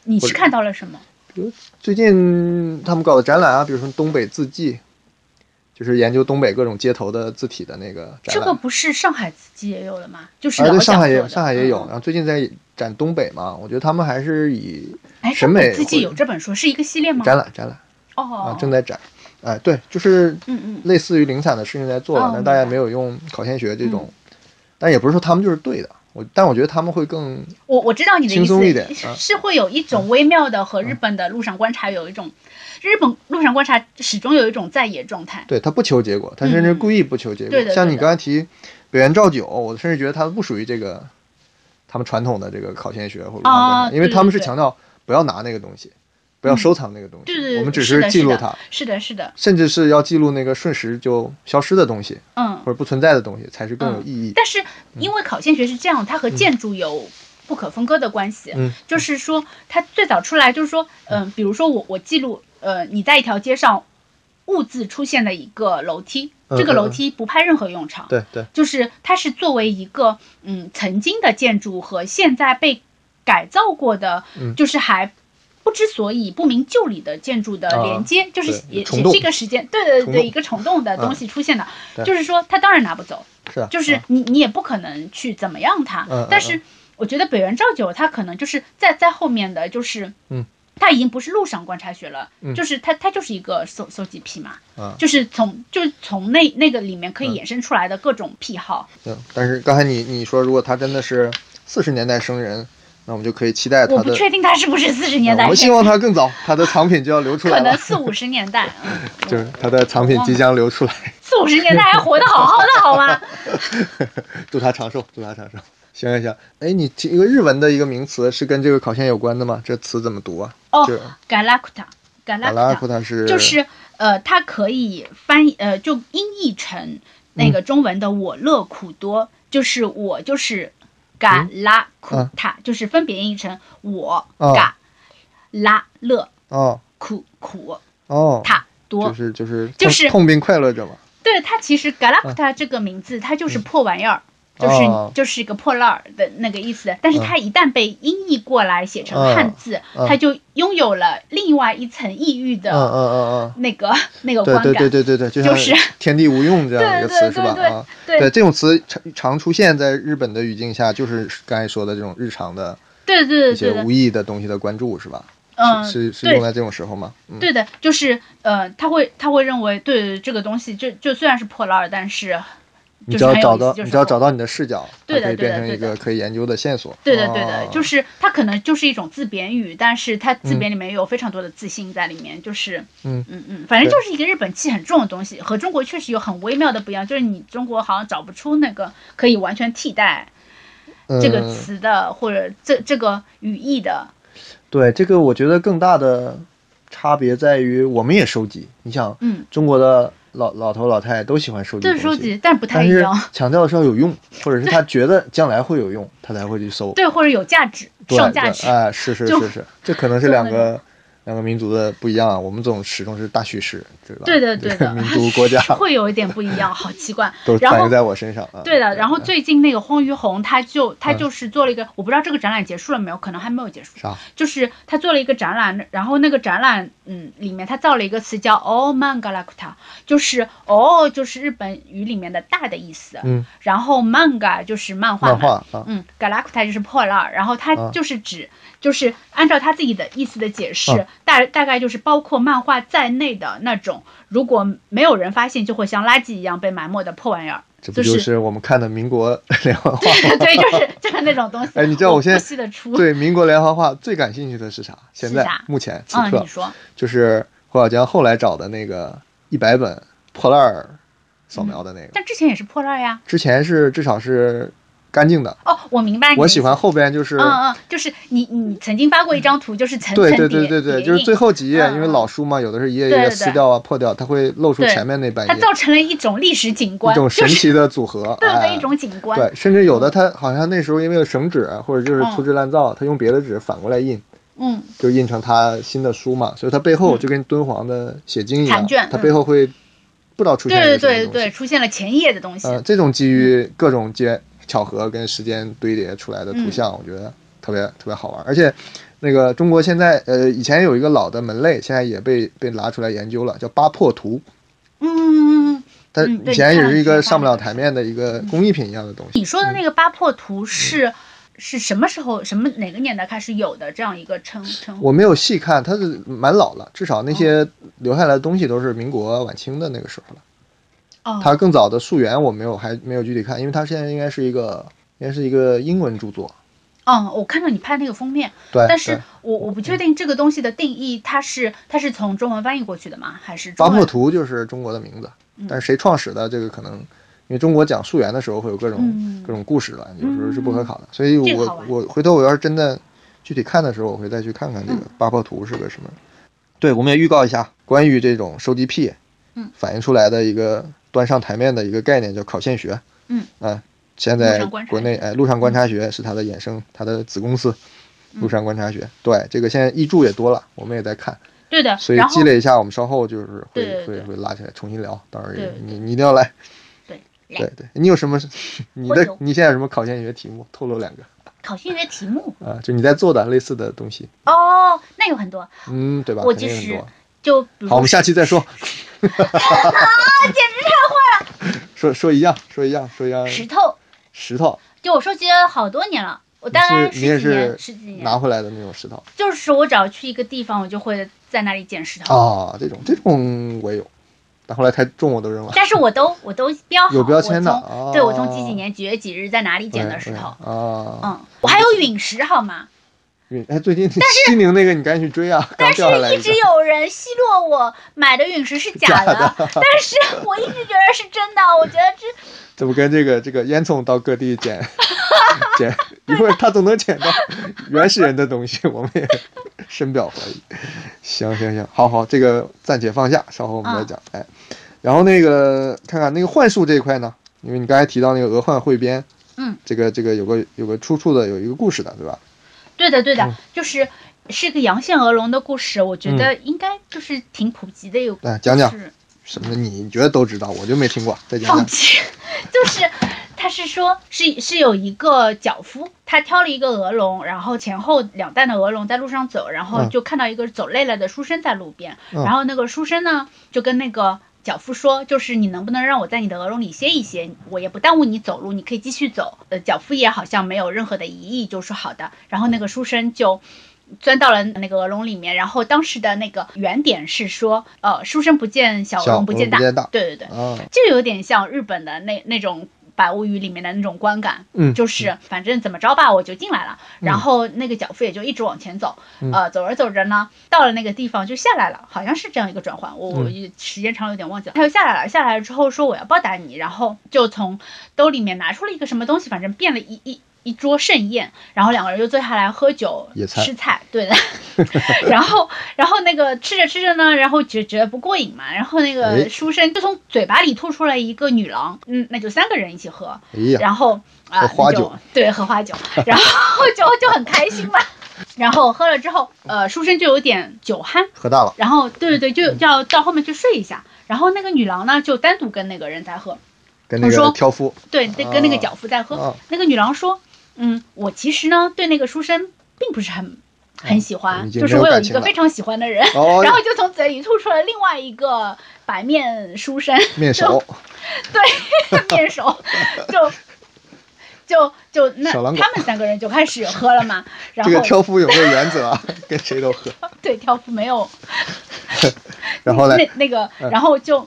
你
我
是看到了什么？
最近他们搞的展览啊，比如说东北字迹，就是研究东北各种街头的字体的那个展
这
览。
个不是上海自己也有的吗？就是
啊，
老
对，
蒋
上海也有
做的
上海也有，啊
嗯
然后最近在展东北嘛，我觉得他们还是以
哎，
审美
自己
会
有这本书，是一个系列吗？
展览展览啊
哦，
正在展，哎，对，就是
嗯嗯
类似于零散的事情在做了
哦，
但大家
明白嗯
没有用考现学这种，但也不是说他们就是对的，我但我觉得他们会更
我我知道你的意
轻松一点
思，是
啊嗯
是会有一种微妙的和日本的路上观察有一种，日本路上观察始终有一种在野状态。
对他不求结果，他甚至
嗯
故意不求结果。
对的对
像你
的
刚才提北原照久，我甚至觉得他不属于这个他们传统的这个考现学或者文化观察
啊
因为
对
他们
对
是
对嗯
强调不要拿那个东西，不要收藏那个东西，
对对对，
我们只
是的
记录
的
它，
是的，是的，
甚至是要记录那个瞬时就消失的东西
嗯
或。者不存在的东西，才是更有意义。
但是因为考现学是这样，它和建筑有不可分割的关系。
嗯，
就是说，它最早出来就是说，嗯、比如说我我记录，呃，你在一条街上兀自出现的一个楼梯，
嗯
这个
嗯
楼
嗯
梯不派任何用场，
对对，
就是它是作为一个嗯曾经的建筑和现在被改造过的，
嗯
就是还不知所以不明就里的建筑的
啊
连接，就是
对
也
虫
也
洞
是一个时间，对对
虫
对，
洞
一个虫洞的东
嗯
西出现的，
对
就是说它当然拿不走，
是啊，
就是
啊
你你也不可能去怎么样它，
嗯嗯
但是我觉得北原照久他可能就是在在后面的就是
嗯。
他已经不是路上观察学了，
嗯
就是他他就是一个搜搜集癖嘛，
啊
就是从就是从那那个里面可以
嗯
衍生出来的各种癖好，
行。但是刚才你你说，如果他真的是四十年代生人，那我们就可以期待
我
他
不
的。
确定他是不是四十年
我
代
们，希望他更早，他的藏品就要流出
可
来
能
了，
四五十年代，嗯
就是他的藏品即将流出来。
四五十年代还活得好好的好吗？
祝他长寿，祝他长寿。行行行，哎，你提一个日文的一个名词是跟这个考线有关的吗？这词怎么读啊？
哦
就是马拉库
，Galacta，Galacta
它是
就是呃，它可以翻译呃，就音译成那个中文的“我乐苦多”，就是我就是嘎拉苦塔，
嗯
就是分别音译成我
啊
嘎拉乐
哦
苦苦
哦，
塔多
就。是就是
就是
痛并快乐着嘛。
对它其实 Galacta 这个名字，它就是破玩意儿，就是
哦
就是一个破烂儿的那个意思。但是它一旦被音译过来写成
嗯
汉字，
嗯
它就拥有了另外一层异域
嗯嗯
的
嗯嗯，
那个那个
对
观
对对
感。
对对对，就
就
像
是
天地无用这样一个词
对对
是吧？
对对
啊，
对
对，这种词常常出现在日本的语境下，就是刚才说的这种日常的
对对
一
对对
些
对
无意义的东西的关注是吧？
嗯，
是是
对
用在这种时候吗？嗯，
对的，就是呃，他会他会认为，对对这个东西就，就虽然是破烂儿，但是
你只要
就是很有
找
意思
到，
就是
你只要找到你的视角，它
对的
可以
对的
变成
对
一个
的
可以研究的线索。
对的对的，
哦
就是它可能就是一种自贬语，但是它自贬里面有非常多的自信在里面，就是
嗯
嗯嗯，反正
对
就是一个日本气很重的东西，和中国确实有很微妙的不一样，就是你中国好像找不出那个可以完全替代这个
嗯
词的、或者这这个语义的，
对这个，我觉得更大的差别在于，我们也收集。你想，
嗯，
中国的老老头老太太都喜欢收集
这
东
是
西，
收集，但不太
但
一
是
样，
强调的是要有用，或者是他觉得将来会有用，他才会去搜。
对，或者有价值，
对，
上
对，
价值，
哎，是是
就是
是，这可能是
就
两
那
个两个民族的不一样啊，我们总始终是大叙事，知道吧？
对的，对
这个
的，
民族 国家
会有一点不一样，好奇怪
都。
然
反
后
映在我身上啊。
对的，然后最近那个荒于红，他就他
嗯啊
就是做了一个，我不知道这个展览结束了没有，可能还没有结束。
啥？
就是他做了一个展览，然后那个展览，嗯，里面他造了一个词叫 “all manga lakuta”，就是“哦”就是日本语里面的“大”的意思，
嗯，
然后 “manga” 就是漫画嘛，
漫画啊，
嗯 g a l a c t a 就是破烂儿，然后它
啊
就是指，就是按照他自己的意思的解释，
啊
大大概就是包括漫画在内的那种，如果没有人发现，就会像垃圾一样被埋没的破玩意 儿。
这
就
不就是是我们看的 民国连环画？
对，就是就是那种东西。
哎你知道
我
我现在
不细的出。嗯
对民国连环画最感兴趣的是啥？现
是
在
啥
目前此
嗯，
刻
你说，
就是胡小江后来找的那个一百本破烂儿扫描的那个，
但之前也是破烂儿呀。
之前是至少是干净的。
哦，我明白你的意思。
我喜欢后边就是
嗯嗯，就是你你曾经发过一张图，就是层层
对
叠
对对对
叠
对，就是
印
最后几页，
嗯
因为老书嘛，有的是一页一
对对
页
对
撕掉啊、破掉，它会露出
对
前面那半
它
页，
造成了一种历史景
一
观，
种
就
神
是
奇的组合，
对的
哎
一种嗯景观。
对，甚至有的它好像那时候因为有省纸或者就是粗制滥造，它用别的纸反过来印，
嗯，
就印成它新的书嘛，所以它背后就跟敦煌的写经一
残
样
卷，
它背后会不知道出现一
对对
个什么
对
东西
对，出现了前一页的东西。
呃，这种基于各种接巧合跟时间堆叠出来的
嗯
图像，我觉得特别特别好玩。而且，那个中国现在呃，以前有一个老的门类，现在也被被拿出来研究了，叫八魄图。
嗯，
它
嗯对
以前也是一
你看了嗯
个
你
上不
发
了
了
台面的一个工艺品一样的东西。
你说的那个八破图是、
嗯
是什么时候、什么哪个年代开始有的这样一个称称呼？
我没有细看，它是蛮老了，至少那
哦
些留下来的东西都是民国晚清的那个时候了。它
哦，
更早的溯源我没有还没有具体看，因为它现在应该是一个应该是一个英文著作。
嗯，我看到你拍那个封面，
对，
但
哎对
是我我不确定这个东西的定义，它是它是从中文翻译过去的吗？还是
八
中
破
文？
图就是中国的名字
嗯，
但是谁创始的这个可能，因为中国讲溯源的时候会有各种、
嗯
各种故事了，有时候是不可考的。所以
这个
我
好玩
我回头我要是真的具体看的时候，我会再去看看这
嗯
个八破图是个什么。对，我们也预告一下，关于这种收集癖，
嗯，
反映出来的一个端上台面的一个概念叫考现学，
嗯
啊，现
陆
在
上观察
国内
学嗯
哎，陆上观察学是它的衍生，它的子公司。陆上观察学，对这个现在译著也多了，我们也在看。
对的，
所以
然后
积累一下，我们稍后就是会
对对对
会会拉起来重新聊。到时候也
对对
你你一定要来，
对来
对对，你有什么你
我
的
有
你现在有什么考现学题目？透露两个
考性学题目
啊，就你在做的类似的东西，
哦，那有很多，
嗯，对吧？
我
肯定
其
很
实
多。
就比如
好，我们下期再说。
啊，简直
说说一样，说一样，说一样。
是石头，
石头，
就我收集了好多年了，我大概
你是你也
十几年，
是
十几年
拿，回来的那种石头
就是我只要去一个地方，我就会在那里捡石头。
啊，这种这种我也有，但后来太重我都扔了。
但是我都我都标好，
有标签的
我从对
哦
我从几几年几月几日在哪里捡的石头，
对对哎啊，
嗯，我还有陨石好吗？
嗯，哎，最近西宁那个你赶紧去追啊，刚
但是
掉下来
一直有人奚落我买的陨石是假的，但是我一直觉得是真的，我觉得这
怎么跟这个这个烟囱到各地捡 捡，一会儿他总能捡 到原始人的东西，我们也深表怀疑。行行行，好好，这个暂且放下，稍后我们再讲。
啊
哎，然后那个看看那个幻术这一块呢，因为你刚才提到那个俄幻汇编，
嗯，
这个这个有个有个出处的，有一个故事的，对吧？
对的对的，就是是个阳线鹅绒的故事，我觉得应该就是挺普及的一个故事。
哎，讲讲什么？你你觉得都知道，我就没听过，再啊讲
放
讲。
弃，就是他是说，是是有一个脚夫，他挑了一个鹅笼，然后前后两担的鹅笼在路上走，然后
嗯
就看到一个走累了的书生在路边，
嗯
然后那个书生呢就跟那个。脚夫说：“就是你能不能让我在你的鹅笼里歇一歇？我也不耽误你走路，你可以继续走。”呃，脚夫也好像没有任何的疑义，就说好的。然后那个书生就钻到了那个鹅笼里面。然后当时的那个原点是说，呃，书生不见小鹅
小
笼不
鹅
见
笼
大
不，见大
对对对。
啊，
就有点像日本的那那种百物语里面的那种观感，
嗯
就是反正怎么着吧，我就进来了，然后那个脚夫也就一直往前走，
嗯
呃，走着走着呢，到了那个地方就下来了，好像是这样一个转换，我我
嗯
时间长了有点忘记了，他就下来了，下来了之后说我要报答你，然后就从兜里面拿出了一个什么东西，反正变了一一。一桌盛宴，然后两个人就坐下来喝酒、
野餐
吃菜，对 的。然后，然后那个吃着吃着呢，然后觉觉得不过瘾嘛，然后那
哎
个书生就从嘴巴里吐出来一个女郎，嗯，那就三个人一起喝，
哎呀，
然后啊，
喝花
就
酒
对，喝花酒，然后就就很开心嘛。然后喝了之后，呃，书生就有点酒酣，
喝大了，
然后对对对，
嗯
就就要到后面去睡一下。然后那个女郎呢，就单独跟那个人在喝，
跟那
我
个
说
挑夫
对，那跟那个
啊
脚夫在喝。
啊，
那个女郎说：“嗯，我其实呢对那个书生并不是很很喜欢，
已
就
经嗯没
是
有
我有
感
一
情
个
了
非常喜欢的人。”
哦，
然后就从嘴里吐出了另外一个白面书生
面熟，
面 熟，就就就那
小狼狗
他们三个人就开始喝了 嘛，然
这个
后
挑夫有没有原则啊？ 跟谁都喝，
对挑夫没有
然后呢？
那那个，
嗯
然后就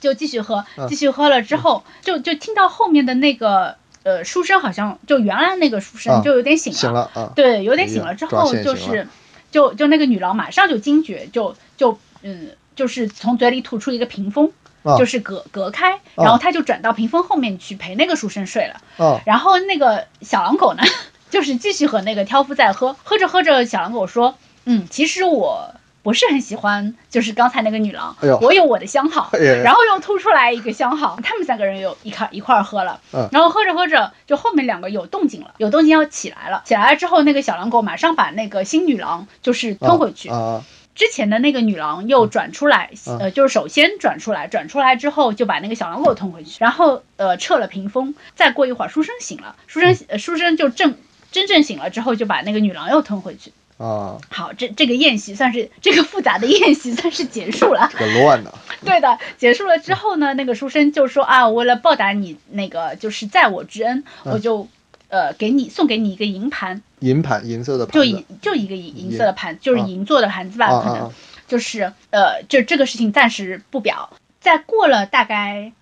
就继续喝
嗯，
继续喝了之后，就就听到后面的那个呃书生好像就原来那个书
啊
生就有点醒
行
了，
了啊，
对，有
哎
点
呀
醒了之
抓
后
现
就
行了
是就就那个女郎马上就惊觉，就就嗯。就是从嘴里吐出一个屏风，
啊
就是隔隔开，
啊
然后她就转到屏风后面去陪那个书生睡了。
啊，
然后那个小狼狗呢，就是继续和那个挑夫在喝，喝着喝着，小狼狗说：“嗯，其实我不是很喜欢，就是刚才那个女郎，
哎呦
我有我的相好。
哎呀呀
然后又吐出来一个相好，他们三个人又一块一块儿喝了，
嗯
然后喝着喝着，就后面两个有动静了，有动静要起来了，起来之后，那个小狼狗马上把那个新女郎就是
啊
吞回去，
啊，
之前的那个女郎又转出来，
嗯
呃，就是首先转出来，转出来之后就把那个小狼狗吞回去，然后呃撤了屏风。再过一会儿，书生醒了，书
嗯
生、呃、书生就正真正醒了之后，就把那个女郎又吞回去。
啊，
好，这这个宴席算是 这个复杂的宴席算是结束了。
这个乱的，
对的，结束了之后
嗯
呢，那个书生就说啊，为了报答你那个就是在我之恩，
嗯
我就呃给你送给你一个银盘，
银盘银色的盘
就
子
银就一个银银
银
色的盘，就是
啊
银做的盘子吧，
啊
可
啊
能
啊。
就是呃，就这个事情暂时不表。在过了大概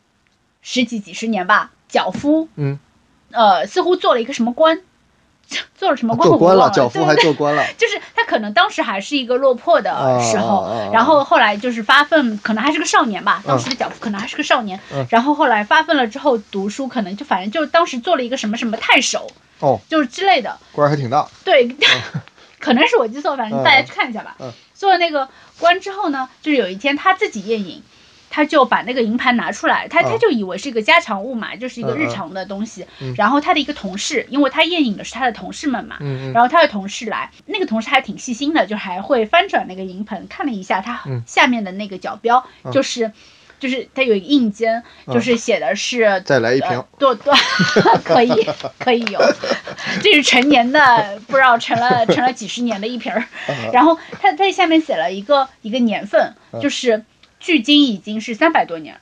十几几十年吧，脚夫
嗯，
呃似乎做了一个什么官， 做了什么官
做
我
官
忘
了，
了，
脚夫
对
还
对对
做 官了，
就是他可能当时还是一个落魄的时候，
啊啊啊啊
然后后来就是发奋，可能还是个少年吧，当时的脚夫可能还是个少年，
嗯
然后后来发奋了之后读书，可能就反正就当时做了一个什么什么太守，
哦，
就是之类的，
官儿还挺大，
对， 可能是我记错，反正大家去看一下吧。
嗯嗯嗯
做了那个官之后呢，就是有一天他自己宴饮，他就把那个银盘拿出来，他、
嗯
他就以为是一个家常物嘛，就是一个
嗯嗯
日常的东西。
嗯
然后他的一个同事，因为他宴饮的是他的同事们嘛。
嗯嗯，
然后他的同事来，那个同事还挺细心的，就还会翻转那个银盆，看了一下他
嗯
下面的那个角标，
嗯
就是，就是他有一个印间，
嗯
就是写的是
再来一瓶
呃，多多 可以可以 有，这是陈年的，不知道陈了陈了几十年的一
啊
瓶儿。然后它它下面写了一个一个年份，
嗯
就是距今已经是三百多年了，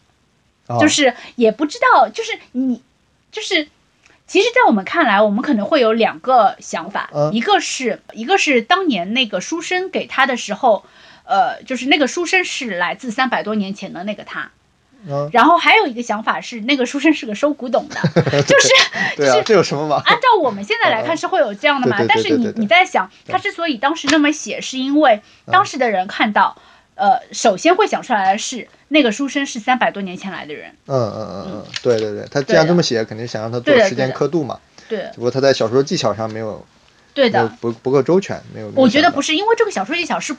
啊
呃就是也不知道，就是你就是。其实，在我们看来，我们可能会有两个想法，
嗯
一个是一个是当年那个书生给他的时候，呃，就是那个书生是来自三百多年前的那个他，
嗯，
然后还有一个想法是，那个书生是个收古董 的，就是
对啊，这有什么嘛？
按照我们现在来看是会有这样的嘛
对对对。
但是
对对
你
对
你在想，他之所以当时那么写，是因为当时的人看到，呃，首先会想出来的是那个书生是三百多年前来的人，
嗯嗯嗯嗯，对对对，他既然这么写，肯定想让他做
对的
时间
对的
刻度嘛，
对
只不过他在小说技巧上没有
对
没有
的。
不不够周全，没有。
我觉得不
是，
是因为这个小说技巧是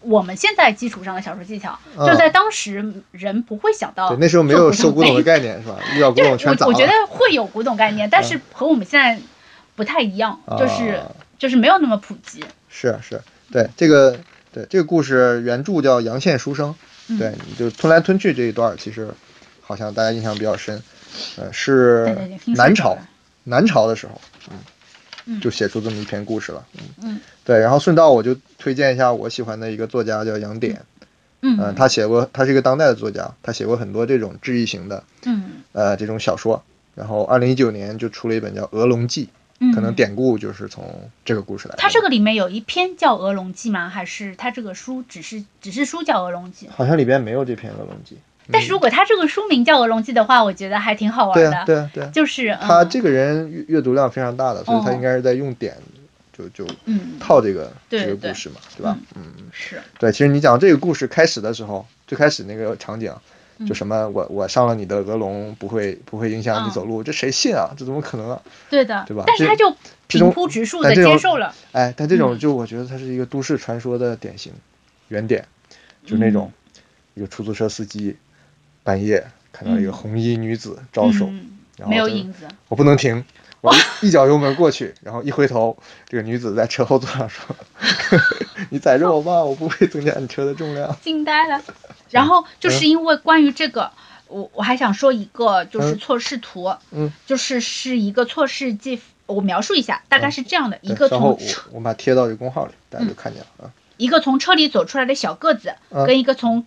我们现在基础上的小说技巧，
嗯
就在当时人不会想到
对，那时候没有
做
收古董
类
的概念 是吧？遇到古
就
董
是
全砸
我
了。嗯
我觉得会有古董概念，但是和我们现在不太一样，就是
啊
就是没有那么普及。
是啊是，对这个对这个故事原著叫《阳羡书生》，
嗯
对，就是吞来吞去这一段，其实好像大家印象比较深，呃，是
对对对听说
南
过
朝
了
南朝的时候，嗯，
嗯
就写出这么一篇故事了，嗯
嗯
对，然后顺道我就推荐一下我喜欢的一个作家叫杨典，
嗯
嗯、他写过，他是一个当代的作家，他写过很多这种治愈型的
嗯
呃这种小说，然后二零一九年就出了一本叫《鹅笼记》，
嗯，
可能典故就是从这个故事来的，
它这个里面有一篇叫《鹅笼记》吗？还是它这个书只是只是书叫《鹅笼记》？
好像里边没有这篇《鹅笼记》。
但是如果它这个书名叫《鹅笼记》的话，我觉得还挺好玩
对
的。
啊，对啊，对啊。
就是
他
嗯
这个人阅阅读量非常大的，所以他
哦
应该是在用典就就
嗯
套这个
对
这个
对
故事嘛，对吧？嗯，
是
对。其实你讲这个故事开始的时候，最开始那个场景，就
嗯
什么我我上了你的鹅笼，不会不会影响你
嗯
走路，这谁信啊？这怎么可能啊？
对的，
对吧
但是
这
他就
这种
平铺直述
但
的
这种
接受了，
哎，但这种
嗯
就我觉得它是一个都市传说的典型原点，就那种一个出租车司机半夜看到一个
嗯
红衣女子招手，
嗯
然后
没有
就
影子，
我不能停，我一一脚油门过去， 然后一回头，这个女子在车后座上说：“ 你载着我吧，我不会增加你车的重量。
惊呆了。然
嗯
后就是因为关于这个，我我还想说一个就是
嗯
错视图，
嗯，
就是是一个错视记，我描述一下，大概是这样的：
嗯 对”
一个嗯
稍后
从
我
车
我们把它贴到这个公号里，大家就看见了啊。
一个从车里走出来的小个子，
嗯
跟一个从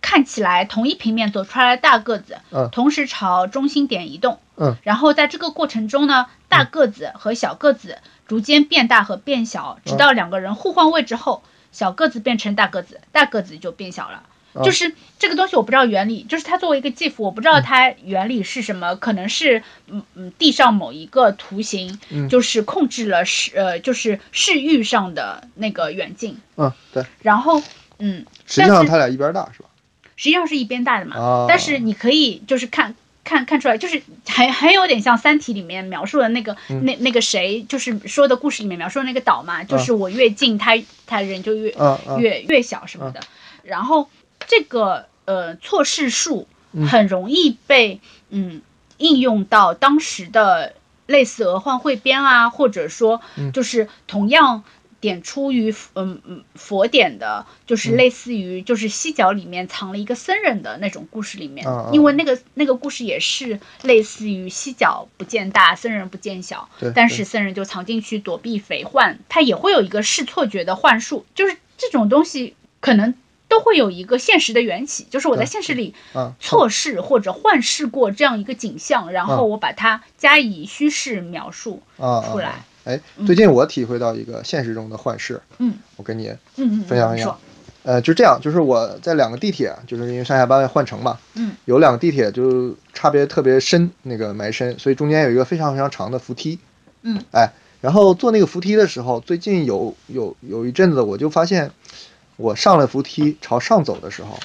看起来同一平面走出来的大个子，
嗯
同时朝中心点移动。
嗯
然后在这个过程中呢，大个子和小个子逐渐变大和变小，直到两个人互换位置后，小个子变成大个子，大个子就变小了。
嗯
就是这个东西我不知道原理，就是它作为一个 GIF，我不知道它原理是什么，可能是嗯嗯地上某一个图形，
嗯
就是控制了视呃就是视域上的那个远近，
嗯，对，
然后，嗯，
实际上
但是
他俩一边大是吧？
实际上是一边大的嘛，
啊
但是你可以就是看看看出来，就是还还有点像《三体》里面描述的那个、那那个谁，就是说的故事里面描述的那个岛嘛，就是我越近他他人就越、
嗯嗯
越越小什么的，然后这个呃错视术
嗯
很容易被嗯应用到当时的类似俄患汇编啊，或者说
嗯
就是同样点出于嗯嗯佛典的，就是
嗯
类似于就是犀角里面藏了一个僧人的那种故事里面
啊啊，
因为那个那个故事也是类似于犀角不见大，僧人不见小
嗯对，
但是僧人就藏进去躲避匪患，他也会有一个视错觉的幻术，就是这种东西可能。都会有一个现实的缘起，就是我在
对
现实里
啊，
错视或者幻视过这样一个景象，然
嗯
后我把它加以虚饰描述。
啊
出。
啊
来
哎，最近我体会到一个现实中的幻视，
嗯
我跟你
嗯嗯，
分享
你
一下
说。
呃，就这样，就是我在两个地铁，就是因为上下班换乘嘛，
嗯，
有两个地铁就差别特别深，那个埋深，所以中间有一个非常非常长的扶梯，
嗯，
哎，然后坐那个扶梯的时候，最近有有有一阵子，我就发现我上了扶梯朝上走的时候，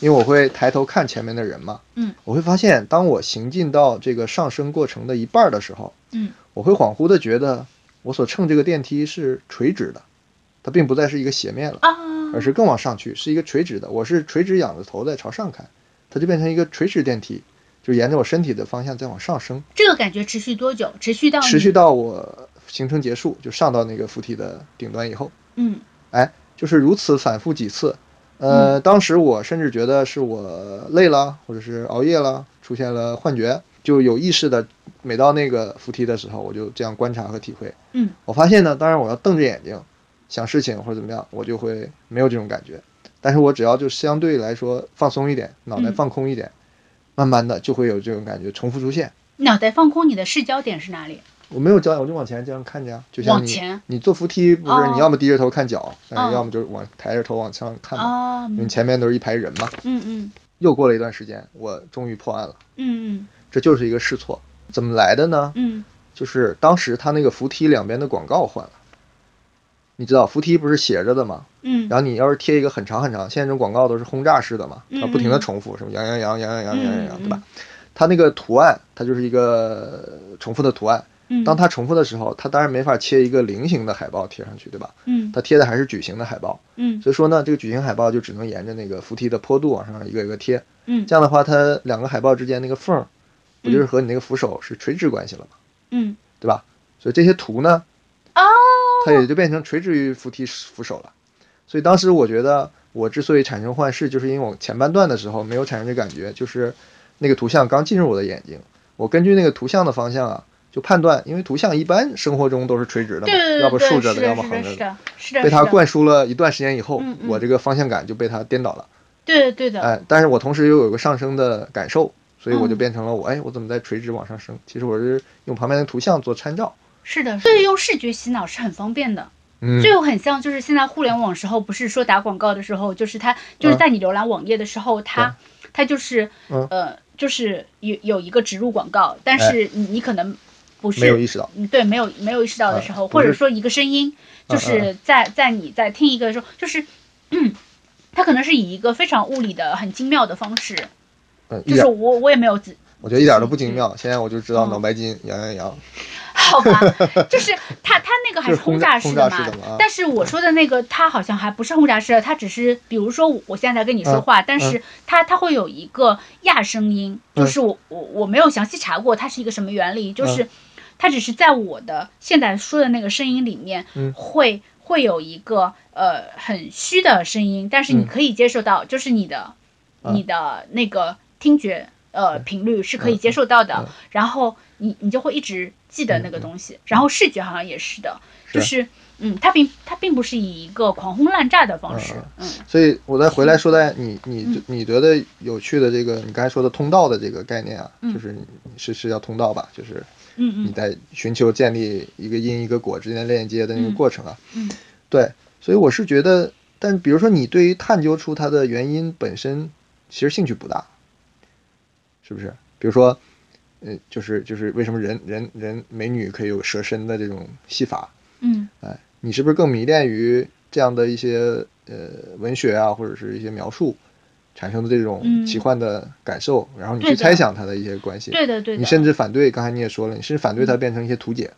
因为我会抬头看前面的人嘛，
嗯，
我会发现当我行进到这个上升过程的一半儿的时候，
嗯，
我会恍惚的觉得我所乘这个电梯是垂直的，它并不再是一个斜面了。
啊
而是更往上去，是一个垂直的。我是垂直仰着头在朝上看，它就变成一个垂直电梯，就沿着我身体的方向再往上升，
这个感觉持续多久？持续到你
持续到我行程结束，就上到那个扶梯的顶端以后，
嗯
哎，就是如此反复几次。呃，
嗯
当时我甚至觉得是我累了，或者是熬夜了，出现了幻觉，就有意识的，每到那个扶梯的时候，我就这样观察和体会。
嗯
我发现呢，当然我要瞪着眼睛想事情或者怎么样，我就会没有这种感觉。但是我只要就相对来说放松一点，脑袋
嗯
放空一点，慢慢的就会有这种感觉重复出现。
脑袋放空，你的视焦点是哪里？
我没有焦点，我就往前这样看着呀，就像
往
你
前
你坐扶梯不是
哦
你要么低着头看脚，但是
哦
要么就是往抬着头往上看嘛，
啊，
因为
嗯
前面都是一排人嘛。
嗯
又过了一段时间，我终于破案了，
嗯嗯
这就是一个试错，怎么来的呢？
嗯
就是当时他那个扶梯两边的广告换了，你知道扶梯不是斜着的吗？
嗯
然后你要是贴一个很长很长，现在这种广告都是轰炸式的嘛，
嗯
它不停的重复什么羊羊羊羊羊羊羊羊
嗯
羊，
嗯
对吧？它那个图案，它就是一个呃重复的图案。
嗯，
当它重复的时候，它当然没法切一个菱形的海报贴上去，对吧？
嗯
它贴的还是矩形的海报，
嗯
所以说呢，这个矩形海报就只能沿着那个扶梯的坡度往上一个一个贴。
嗯
这样的话，它两个海报之间那个缝儿，不就是
嗯
和你那个扶手是垂直关系了吗？
嗯
对吧？所以这些图呢，
哦，
它也就变成垂直于扶梯扶手了。所以当时我觉得，我之所以产生幻视，就是因为我前半段的时候没有产生这感觉，就是那个图像刚进入我的眼睛，我根据那个图像的方向啊，就判断，因为图像一般生活中都是垂直的嘛
对对，
要不
对
竖
对，
着
是
的，要
的
么
是的
横着
是的，是的，
被它
是的，
灌输了一段时间以后，
嗯嗯
我这个方向感就被它颠倒了。
对对的，
哎，但是我同时又有一个上升的感受，所以我就
嗯
变成了我，哎，我怎么在垂直往上升？其实我是用旁边的图像做参照。
是的，所以用视觉洗脑是很方便的。
嗯，
这个很像，就是现在互联网时候，不是说打广告的时候，就是它就是在你浏览网页的时候，它它就是
嗯哎
呃，就是有有一个植入广告，但是你你可能不是
没有意识到。
嗯对，没有没有意识到的时候，
嗯不
或
是嗯
者说一个声音，就是在在你在听一个的时候，就是。 嗯它可能是以一个非常物理的、很精妙的方式，
嗯，一
就是
点，
我我也没有仔
我觉得一点都不精妙。现在我就知道
嗯
脑白金羊羊羊，
好吧，就是它它那个还
就是是轰
轰
炸
炸式的
轰炸式的嘛啊
嘛，但是我说的那个它好像还不是轰炸式的，它只是比如说我我现在在跟你说话，但是它它会有一个亚声音，
嗯嗯
就是我我我没有详细查过它是一个什么原理，就是。它只是在我的现在说的那个声音里面
嗯
会，会有一个呃很虚的声音，但是你
嗯
可以接受到，就是你的、
啊
你的那个听觉呃频率是可以接受到的，
嗯
然后你你就会一直记得那个东西，然后视觉好像也是的，
是
就是嗯，它并它并不是以一个狂轰滥炸的方式，
啊
嗯
所以我再回来说在你你你觉得有趣的这个你刚才说的通道的这个概念啊，
嗯
就是你是是叫通道吧，就是
嗯
你
嗯
在寻求建立一个因一个果之间链接的那个
嗯
过程啊。
嗯
对，所以我是觉得，但比如说你对于探究出它的原因本身，其实兴趣不大，是不是？比如说，呃，就是就是为什么人人人美女可以有蛇身的这种戏法，
嗯
哎，你是不是更迷恋于这样的一些呃文学啊，或者是一些描述产生的这种
嗯
奇幻的感受，然后你
对
去
的
猜想它的一些关系？
对的对的，
你甚至反对，刚才你也说了，你甚至反对它变成一些图解，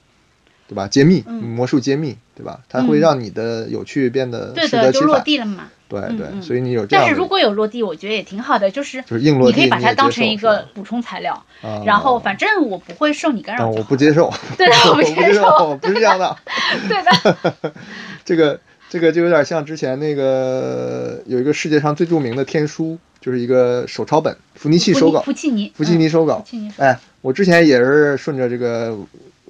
对吧？揭秘、
嗯
魔术揭秘，对吧？它会
嗯
让你的有趣变得
对
适得
的
其
就落
反。
地了嘛。
对
嗯
对，
嗯
所以你有这样
但
的，
是如果有落地，我觉得也挺好的，就是
就是硬落地
你可以把
你也
它
接
当成
受
一
是
个
吧
补充材料，
啊
然后反正我不会受你干扰
但
就
我
好
不 接受，
对的
我
我不接
受，
受
我不是这样的。
对 的，
这个这个就有点像之前那个有一个世界上最著名的天书，就是一个手抄本，伏尼契手稿
福，气尼，
伏契尼手稿
福。气尼，
哎，我之前也是顺着这个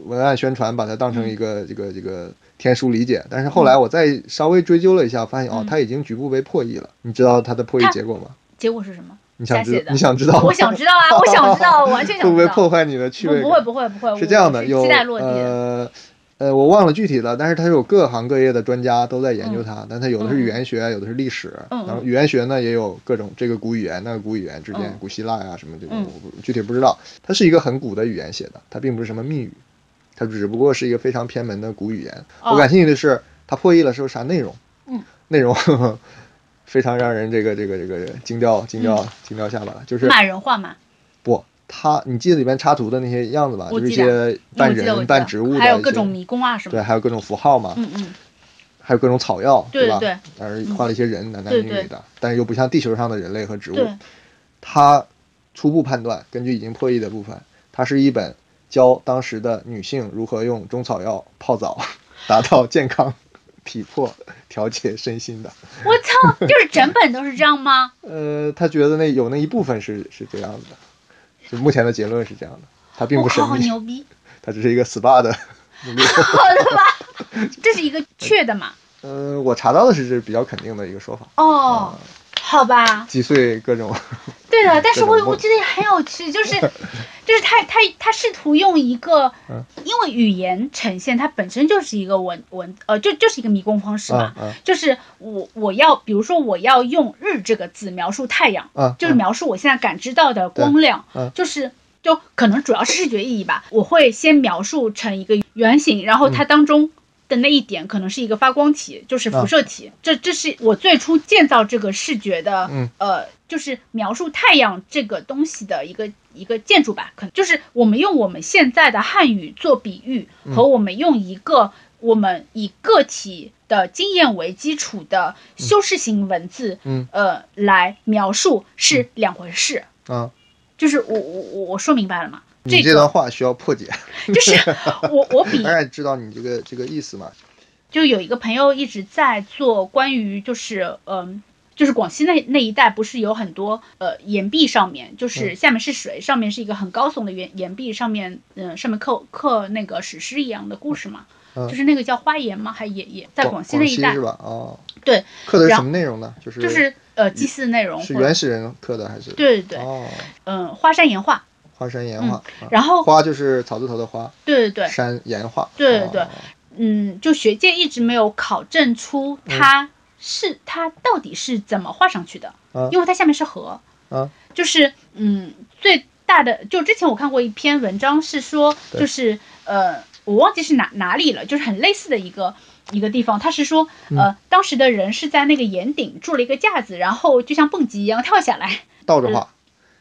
文案宣传，把它当成一个、
嗯
这个这个天书理解，但是后来我再稍微追究了一下，发现哦
嗯，
它已经局部被破译了。你知道它的破译
它
结果吗？
结果是什么？
你想
瞎
知
写的
你想知道吗？
我想知道啊，我想知道，我完全
会
想
不
知
会
道。
破坏你的趣味感？
不会不会不会，
是这样
呃我
的，
是
有
期待落地的。
呃呃，我忘了具体了，但是它有各行各业的专家都在研究它，但它有的是
嗯
语言学，啊有的是历史，
嗯
然后
嗯
语言学呢也有各种这个古语言、那个古语言之间，
嗯
古希腊呀、什么这种，
嗯
我不具体不知道。它是一个很古的语言写的，它并不是什么密语，它只不过是一个非常偏门的古语言。我
哦
感兴趣的是它破译了是有啥内容，
嗯，
内容 非常让人这个这个这个惊掉惊
嗯
掉惊掉下巴了，就是
骂人话嘛，
不，它你记得里面插图的那些样子吧？
我
就是一
记得
些
因为
半
我记得我
人
记
半
得
植物的，
还有各种，迷宫啊什么
对，
的。
还有各种符号嘛，
嗯嗯，
还有各种草药，
对
吧？
对嗯
而画了一些人，男男
对
女女
对
的，但是又不像地球上的人类和植物。
对，
它初步判断，根据已经破译的部分，它是一本教当时的女性如何用中草药泡澡，达到健康、体魄、调节身心的。
我 操，就是整本都是这样吗？
呃，他觉得那有那一部分是是这样子的，就目前的结论是这样的，它并
我
不神
靠，好
秘。
哦牛逼！
它只是一个 SPA 的。
好的吧，这是一个确的嘛？
呃，我查到的是这比较肯定的一个说法，
哦，
嗯
好吧，
击碎各种，
嗯对的，但是
各
我
种
我
梦
觉得也很有趣， 就是就是他他他试图用一个
嗯，
因为语言呈现它本身就是一个文文呃，就就是一个迷宫方 式嘛
嗯，嗯
就是我我要比如说我要用“日”这个字描述太阳，
嗯
就是
嗯
描述我现在感知到的光亮，
嗯
就是。就可能主要是视觉意义吧，我会先描述成一个圆形，然后它当中的那一点可能是一个发光体，就是
啊
辐射体。这这是我最初建造这个视觉的，
嗯
呃，就是描述太阳这个东西的一个一个建筑吧，可能就是我们用我们现在的汉语做比喻，和我们用一个我们以个体的经验为基础的修饰型文字，
嗯
呃，来描述是两回事。
啊，
就是我我我我说明白了嘛？
你这哎
个
段话需要破解，
就是 我我比
大概知道你这个这个意思嘛？
就有一个朋友一直在做关于就是嗯。就是广西那那一带不是有很多呃岩壁上面，
嗯
就是下面是水，上面是一个很高耸的岩岩壁，上面嗯、上面刻刻那个史诗一样的故事嘛，
嗯
就是那个叫花岩吗？还也也在
广
西那一带
是，吧？哦，
对，
刻的是
然
什么内容呢？就是
就是呃祭祀内容
是
或者
原始人刻的还是？
对对对，
哦，
嗯，花山岩画，
花山岩
嗯
画，啊
然后
花就是草字头的花，
对对对，
山岩画，
对
哦
对嗯，就学界一直没有考证出
嗯
它是、它到底是怎么画上去的，
啊
因为它下面是河，
啊
就是嗯最大的，就之前我看过一篇文章是说，
对
就是呃我忘记是哪哪里了，就是很类似的一个。一个地方，它是说，
嗯
呃，当时的人是在那个岩顶筑了一个架子，然后就像蹦极一样跳下来，
倒着画，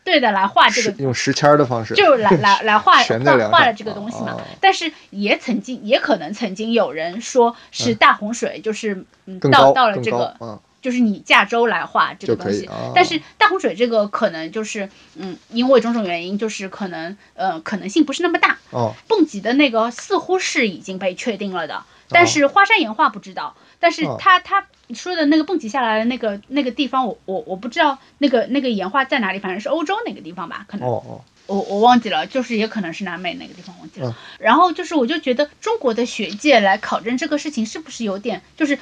对的，来画这
是
个
用石签儿的方式，
就是来 来来画
悬在
画
梁
画
上
了这个东西嘛。
哦
但是也曾经也可能曾经有人说是大洪水，就是嗯
更
到
高
到了
更
这
高
个，
嗯
就是你驾舟来画这个
就
东
可以
西。
哦
但是大洪水这个可能就是，嗯，因为种种原因，就是可能，呃，可能性不是那么大。
哦，
蹦极的那个似乎是已经被确定了的，但是花山岩画不知道。但是
哦
他他说的那个蹦极下来的那个那个地方，我我我不知道那个那个岩画在哪里，反正是欧洲哪个地方吧，可能
哦哦，
我我忘记了，就是也可能是南美哪个地方忘记了。
嗯
然后就是，我就觉得中国的学界来考证这个事情，是不是有点就是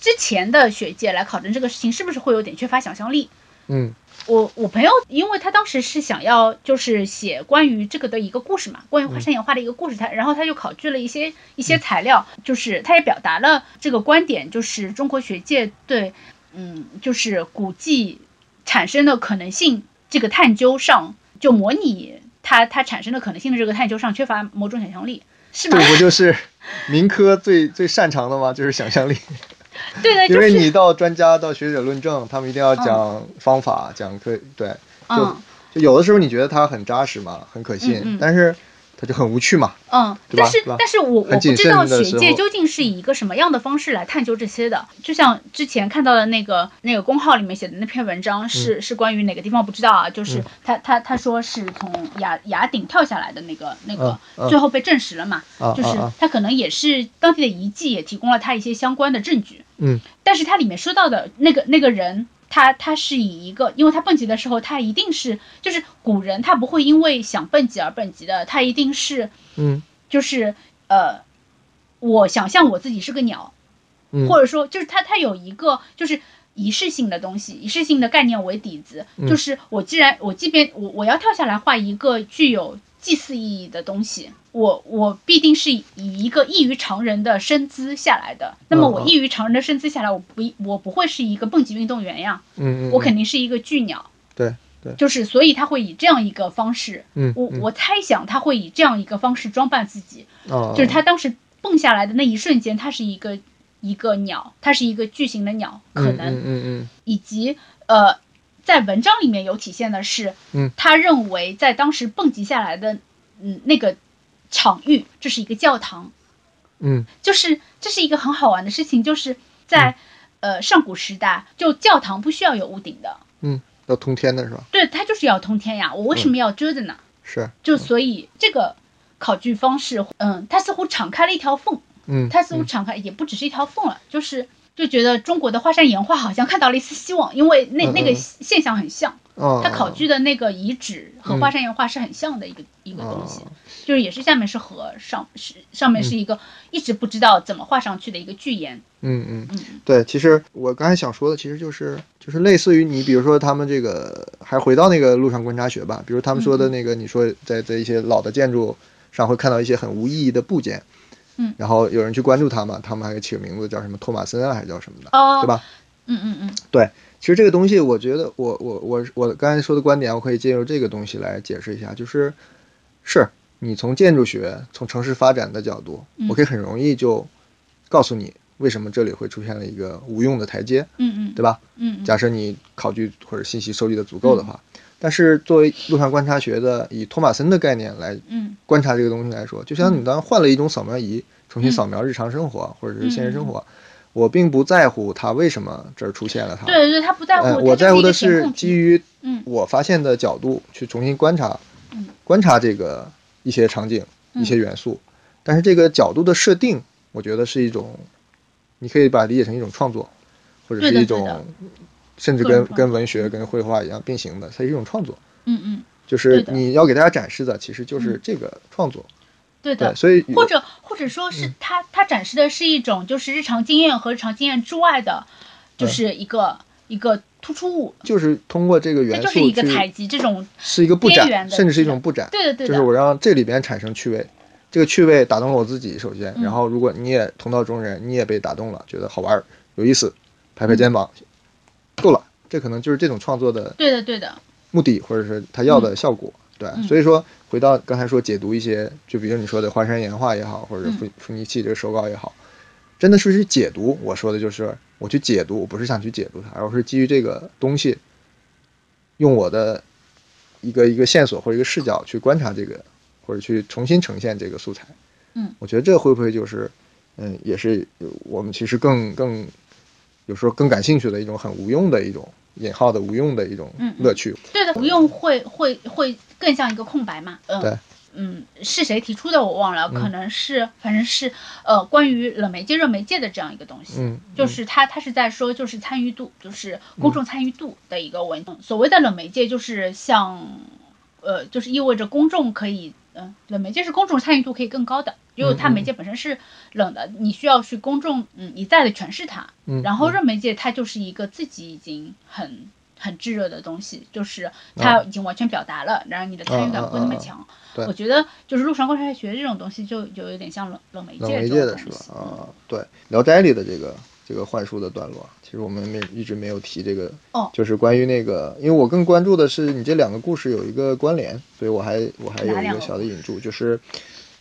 之前的学界来考证这个事情，是不是会有点缺乏想象力？
嗯
我我朋友，因为他当时是想要就是写关于这个的一个故事嘛，关于
嗯
花山岩画的一个故事，他然后他就考据了一些一些材料，就是他也表达了这个观点，就是中国学界对嗯就是古迹产生的可能性这个探究上，就模拟它它产生的可能性的这个探究上缺乏某种想象力，是
这
吗？
不就是民科最最擅长的吗？就是想象力，
对的，
因
哎就
为
是
你到专家到学者论证，他们一定要讲方法，讲科对，就
嗯
就有的时候你觉得它很扎实嘛，很可信，
嗯嗯
但是它就很无趣嘛。
嗯，
对
但
吧
是
是吧
但是我我
很
不
谨
知道
慎
学
的时
界
候
究竟是以一个什么样的方式来探究这些的。就像之前看到的那个那个公号里面写的那篇文章是，是、关于哪个地方不知道啊？就是
嗯
他他他说是从崖崖顶跳下来的那个那个
嗯，嗯
最后被证实了嘛？
啊
就是
啊啊
他可能也是当地的遗迹也提供了他一些相关的证据。
嗯，
但是它里面说到的那个那个人，他他是以一个，因为他蹦极的时候，他一定是就是古人他不会因为想蹦极而蹦极的，他一定是
嗯
就是呃，我想象我自己是个鸟，
嗯，
或者说就是他他有一个就是。仪式性的东西，仪式性的概念为底子，
嗯
就是我既然我即便我我要跳下来画一个具有祭祀意义的东西，我我必定是以一个异于常人的身姿下来的。那么
嗯
我
嗯
异于常人的身姿下来，我不我不会是一个蹦极运动员呀，
嗯嗯，
我肯
定
定是一个巨鸟。
对对，
就是所以他会以这样一个方式，
嗯，
我我猜想他会以这样一个方式装扮自己，
我
就是他当时蹦下来的那一瞬间，他是一个一个鸟，他是一个巨型的鸟，可
嗯
能
嗯
以及呃，在文章里面有体现的是，
嗯
他认为在当时蹦极下来的嗯那个场域，这是一个教堂，
嗯
就是这是一个很好玩的事情，就是在、呃上古时代，就教堂不需要有屋顶的，
嗯嗯，要通天的是吧？
对，它就是要通天呀，我为
嗯
什么要遮着呢？
是，
就所以这个考据方式，嗯，它似乎敞开了一条缝，
嗯，
它似乎敞开也不只是一条缝了，就是就觉得中国的华山岩画好像看到了一丝希望，因为那
嗯嗯哦
那个现象很像，
它
它考据的那个遗址和
嗯
华山岩画是很像的一个一个东
哦
西，就是也是下面是河，上是上面是一个一直不知道怎么画上去的一个巨岩，
嗯嗯
嗯
对，其实我刚才想说的，其实就是就是类似于你，比如说他们这个，还回到那个路上观察学吧，比如他们说
嗯
的那个，你说在在一些老的建筑上会看到一些很无意义的部件，
嗯
然后有人去关注它嘛，他们还给起个名字叫什么托马森啊，还是叫什么的，
哦，
对？吧？
嗯嗯嗯，
其实这个东西，我觉得我我我我刚才说的观点，我可以借由这个东西来解释一下，就是是你从建筑学、从城市发展的角度，
嗯
我可以很容易就告诉你为什么这里会出现了一个无用的台阶，
嗯嗯，
对吧？
嗯嗯
假设你考据或者信息收集的足够的话，但是作为路上观察学的以托马森的概念来
嗯
观察这个东西来说，就像你当换了一种扫描仪，
嗯
重新扫描日常生活或者是现实生活，我并不在乎它为什么这儿出现了它。
对对对，他不在乎，
呃，
它就
我在乎
一个
的
填
是
空题
基于
嗯
我发现的角度去重新观察
嗯，
观察这个一些场景、
嗯
一些元素，但是这个角度的设定，我觉得是一种，你可以把它理解成一种创作，或者
对
是
的
一
对的
种，甚至
各种
跟
创
跟文学、跟绘画一样并行的，它是一种创作，
嗯嗯，
就
对
是
的嗯
你要给大家展示的其实就是这个创作，
对的
对，。所以
或者或者说
嗯
是他他展示的是一种就是日常经验和日常经验之外的，就是一个一个突出物，
就是通过这个
这
元
就
素
是一个采
去
集这种，
是一个布
边缘
展，
的
甚至是一
这
种
个
布展，
对的对
就是
的，
我让这里边产生趣味，这个趣味打动了我自己，首先，
嗯
然后如果你也同道中人，你也被打动了，觉得好玩儿、有意思，拍拍肩膀，
嗯
够了，这可能就是这种创作的
对的对的，
目的，或者是他要
嗯
的效果。对，所以说回到刚才说解读一些，就比如你说的华山岩画也好，或者
嗯
伏伏尼契这个手稿也好，真的是去解读。我说的就是我去解读，我不是想去解读它，而我是基于这个东西，用我的一个一个线索或者一个视角去观察这个，或者去重新呈现这个素材。
嗯，
我觉得这会不会就是，嗯，也是我们其实更更有时候更感兴趣的一种很无用的一种引号的无用的一种
嗯嗯
乐趣。
对的，无用会会会更像一个空白嘛。嗯，
对，嗯
嗯，是谁提出的我忘了，可能是反正是呃关于冷媒介热媒介的这样一个东西。
嗯，
就
嗯
是他，他是在说，就是参与度，就是公众参与度的一个问题。所谓的冷媒介，就是像，呃，就是意味着公众可以，嗯、冷媒介是公众参与度可以更高的，因为它
嗯嗯
媒介本身是冷的，你需要去公众，嗯，一再的诠释它。
嗯，
然后
嗯
热媒介它就是一个自己已经很很炙热的东西，
啊
就是它已经完全表达了，然后你的参与感不会那么强。
对
我觉得就是陆上观察学这种东西就，就有点像冷冷媒
冷
介
媒
这
介
种
的
东
是吧？
西。
啊，对，《聊斋》里的这个这个幻术的段落，其实我们没一直没有提这个，
哦
就是关于那个，因为我更关注的是你这两个故事有一个关联，所以我还我还有
哪
一
两个
个小的引注，就是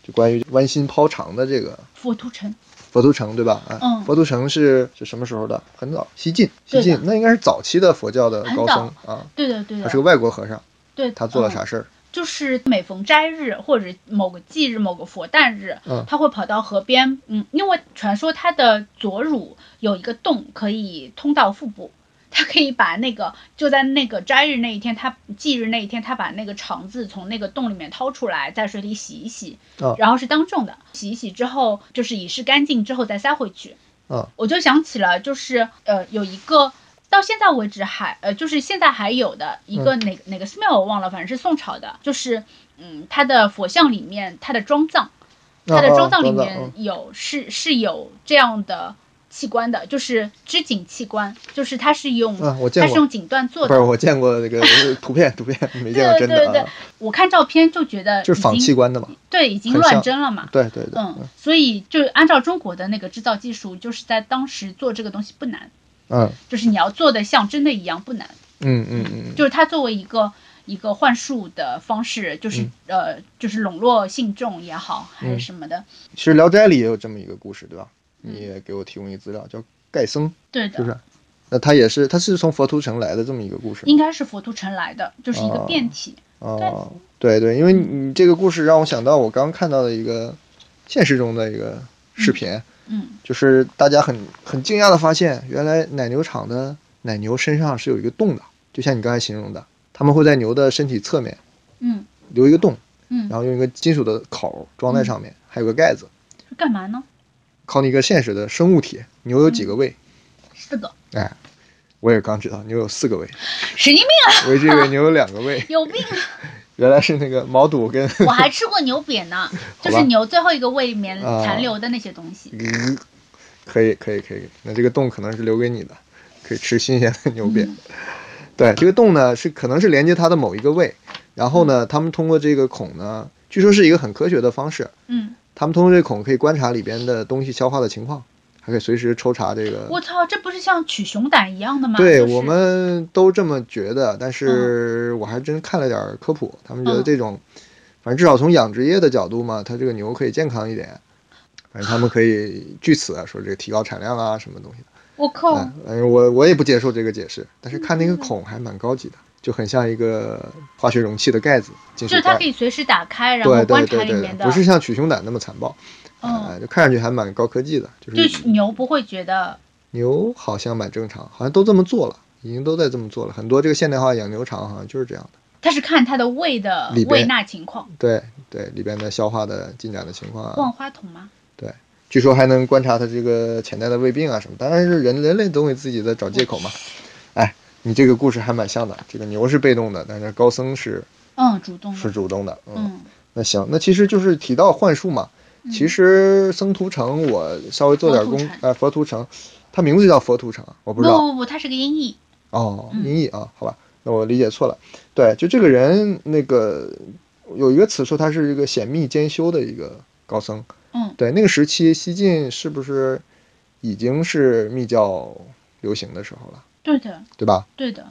就关于弯心抛肠的这个
佛图城，
佛图城，对吧？啊、
嗯
佛图城是是什么时候的？很早，西晋，西
对的
晋那应该是早期的佛教的高僧啊，
对的对
他
的
是，个外国和尚，
对，
他做了
嗯
啥事儿？
就是每逢斋日或者某个忌日、某个佛诞日，
嗯
他会跑到河边，嗯，因为传说他的左乳有一个洞可以通到腹部，他可以把那个就在那个斋日那一天，他忌日那一天，他把那个肠子从那个洞里面掏出来，在水里洗一洗，
啊
然后是当众的，洗一洗之后就是以示干净之后再塞回去，
啊
我就想起了，就是呃，有一个到现在为止还呃，就是现在还有的一
嗯
个哪、哪个寺庙我忘了，反正是宋朝的，就是嗯，它的佛像里面，它的装藏，它的
啊
装藏里
装藏
面有、是是有这样的器官的，就是织锦器官，就是它是用、
啊我见
它
过
是用锦缎做
不是，
的。
我见过那个图片，图片没见过
对对
真的
对
啊，
对，我看照片就觉得
就是
已
仿
经
器官的嘛，
对，已经
很
乱
像
真了嘛。
对对对，
嗯，所以就按照中国的那个制造技术，就是在当时做这个东西不难。
嗯
就是你要做的像真的一样不难，
嗯嗯嗯嗯。
就是它作为一个一个幻术的方式，就是、呃，就是笼络信众也好，还是
嗯
什么的，
其实《聊斋》里也有这么一个故事，对吧？你也给我提供一资料，叫盖僧，
嗯对
是
的，
不是？那他也是，他是从佛图城来的这么一个故事
应该是佛图城来的，就是一个
哦
变体。
哦，对对，因为你这个故事让我想到我刚看到的一个现实中的一个视频，
嗯，
就是大家很很惊讶的发现，原来奶牛场的奶牛身上是有一个洞的，就像你刚才形容的，他们会在牛的身体侧面
嗯
留一个洞，
嗯
然，后用一个金属的口装在上面，还有个盖子，
干嘛呢？
考你一个现实的生物体，牛有几个胃？
四个，
哎，我也刚知道牛有四个胃，
神经病啊，，
我一直以为牛有两个胃
有 病啊！
原来是那个毛肚跟
我还吃过牛瘪呢，就
好
是
吧
牛最后一个胃里面
啊
残留的那些东西。
可以可以可以，那这个洞可能是留给你的，可以吃新鲜的牛瘪。对，这个洞呢是可能是连接它的某一个胃，然后呢，他们通过这个孔呢，据说是一个很科学的方式，
嗯，
他们通过这个孔可以观察里边的东西消化的情况，还可以随时抽查这个。
我操，这不是像取熊胆一样的吗？
嗯对
就是
我们都这么觉得，但是我还真看了点儿科普，他们觉得
嗯
这种，反正至少从养殖业的角度嘛，它这个牛可以健康一点，反正他们可以据此啊说这个提高产量啊什么东西的。
我靠，
哎，反正我我也不接受这个解释，但是看
嗯
那个孔还蛮高级的，就很像一个化学容器的盖子，金
就是
属
它
盖
可。以随时打开，然后
对对
观察
对
里
对
面
对，
的。
不是像取胸胆那么残暴，
嗯
哎，就看上去还蛮高科技的，就
就是是牛不会觉得，
牛好像蛮正常，好像都这么做了，已经都在这么做了。很多这个现代化养牛场好像就是这样的。
它是看它的胃的
里边
胃纳情况。
对对，里边的消化的进展的情况
万
啊，
花筒吗？
对，据说还能观察它这个潜在的胃病啊什么。当然是人人类总给自己在找借口
嗯
嘛。哎，你这个故事还蛮像的，这个牛是被动的，但是高僧是
嗯，主动
是
的。
主动的。嗯，
嗯，
那行，那其实就是提到幻术嘛。其实僧图城，我稍微做点
佛
功
图城，哦
呃，佛图城，它名字就叫佛图城啊，我不
不
知道。
不不，它是个音译。
哦，
嗯
音译啊，好吧，那我理解错了。对，就这个人，那个有一个词说他是一个显密兼修的一个高僧。
嗯
对，那个时期西晋是不是已经是密教流行的时候了，
对的，
对吧？
对的。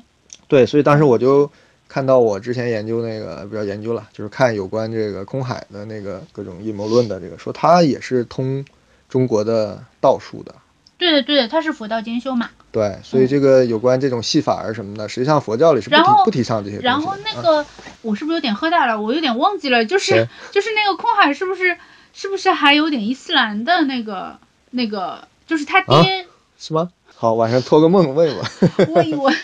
对，所以当时我就看到我之前研究那个，不叫研究了，就是看有关这个空海的那个各种阴谋论的这个，说他也是通中国的道术的。
对的，对的，它是佛道兼修嘛。
对，所以这个有关这种戏法儿什么的，实际上佛教里是不
嗯然后
提不提倡这些东西的。
然后那
啊
个，我是不是有点喝大了？我有点忘记了，就是
对
就是那个空海是不是是不是还有点伊斯兰的那个那个，就是他爹
是吗？好，晚上托个梦问问
我以 为，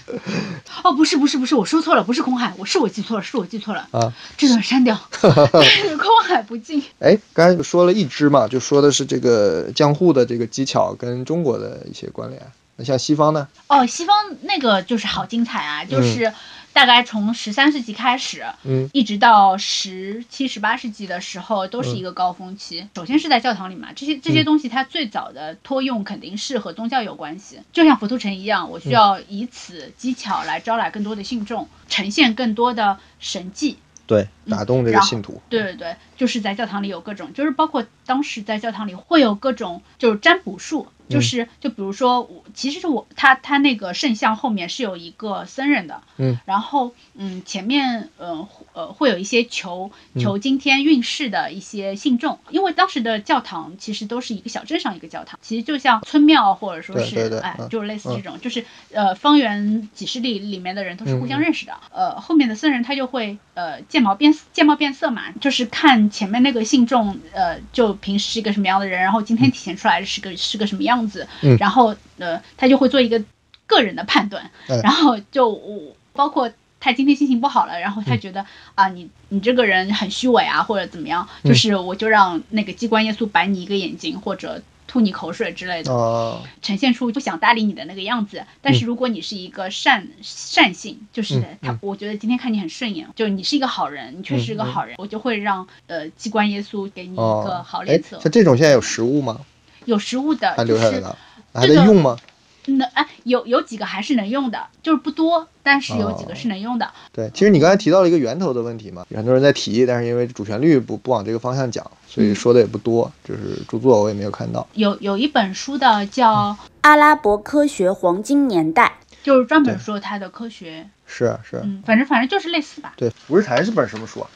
哦，不是不是不是，我说错了，不是空海，我是我记错了，是我记错了，
啊。
这段删 掉， 但是空海不进。
哎，刚才说了一支嘛，就说的是这个江户的这个技巧跟中国的一些关联。那像西方呢？
哦，西方那个就是好精彩啊，就是大概从十三世纪开始，
嗯
一直到十七、十八世纪的时候，都是一个高峰期。首先是在教堂里嘛，这些这些东西它最早的托用肯定是和宗教有关系，就像佛图城一样，我需要以此技巧来招揽更多的信众，呈现更多的神迹。
对，打动这个
然后
信徒。
对对对，就是在教堂里有各种，就是包括当时在教堂里会有各种，就是占卜术，
嗯
就是、就比如说我，其实是我他他那个圣像后面是有一个僧人的，
嗯，
然后嗯前面嗯呃会有一些求
嗯
求今天运势的一些信众，因为当时的教堂其实都是一个小镇上一个教堂，其实就像村庙或者说
对
是
对对
哎
嗯
就是类似这种，就是呃方圆几十里里面的人都是互相
嗯嗯
认识的，呃后面的僧人他就会呃见毛变见毛变色嘛，就是看前面那个信众呃就平时是一个什么样的人，然后今天体现出来是个是个什么样子，
嗯
然后呃他就会做一个个人的判断，
哎
然后就我包括他今天心情不好了，然后
嗯
他觉得、啊，你你这个人很虚伪啊，或者怎么样，
嗯
就是我就让那个机关耶稣白你一个眼睛，或者吐你口水之类的，
啊，
呈现出不想搭理你的那个样子。但是如果你是一个善、善性，就是
嗯
他，
嗯
我觉得今天看你很顺眼，就是你是一个好人，你确实是个好人，我就会让呃机关耶稣给嗯你一个
哦，
好
哎
脸，色。
像这种现在有实物吗？
有实物的，
还
就
留下来
是
的，还在用吗？
能哎有有几个还是能用的，就是不多，但是有几
哦
个是能用的。
对，其实你刚才提到了一个源头的问题嘛，有很多人在提，但是因为主旋律不不往这个方向讲，所
嗯
以说的也不多。就是著作我也没有看到。
有有一本书的叫，
阿拉伯科学黄金年代，
就是专门
对
说它的科学，
是啊是，
嗯，反正反正就是类似吧。
对，吴日谈是本什么书啊？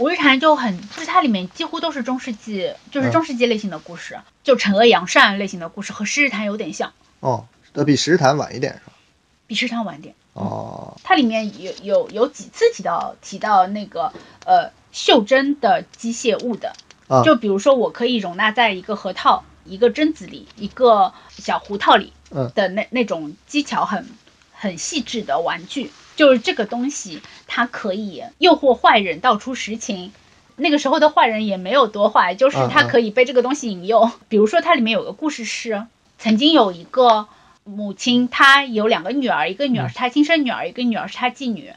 吴日谈就很，就是它里面几乎都是中世纪，就是
嗯
中世纪类型的故事，就惩恶扬善类型的故事，和《十日谈》有点像，
哦，那比《十日谈》晚一点是吧？
比《十日谈》晚点。
哦，
它里面有有有几次提到提到那个呃袖珍的机械物的，
啊
就比如说我可以容纳在一个核桃、一个榛子里、一个小胡桃里
嗯
的那、那种技巧很很细致的玩具，就是这个东西它可以诱惑坏人道出实情。那个时候的坏人也没有多坏，就是他
嗯嗯
可以被这个东西引诱。比如说，它里面有个故事是，曾经有一个母亲，她有两个女儿，一个女儿是她亲生女儿，一个女儿是她继女。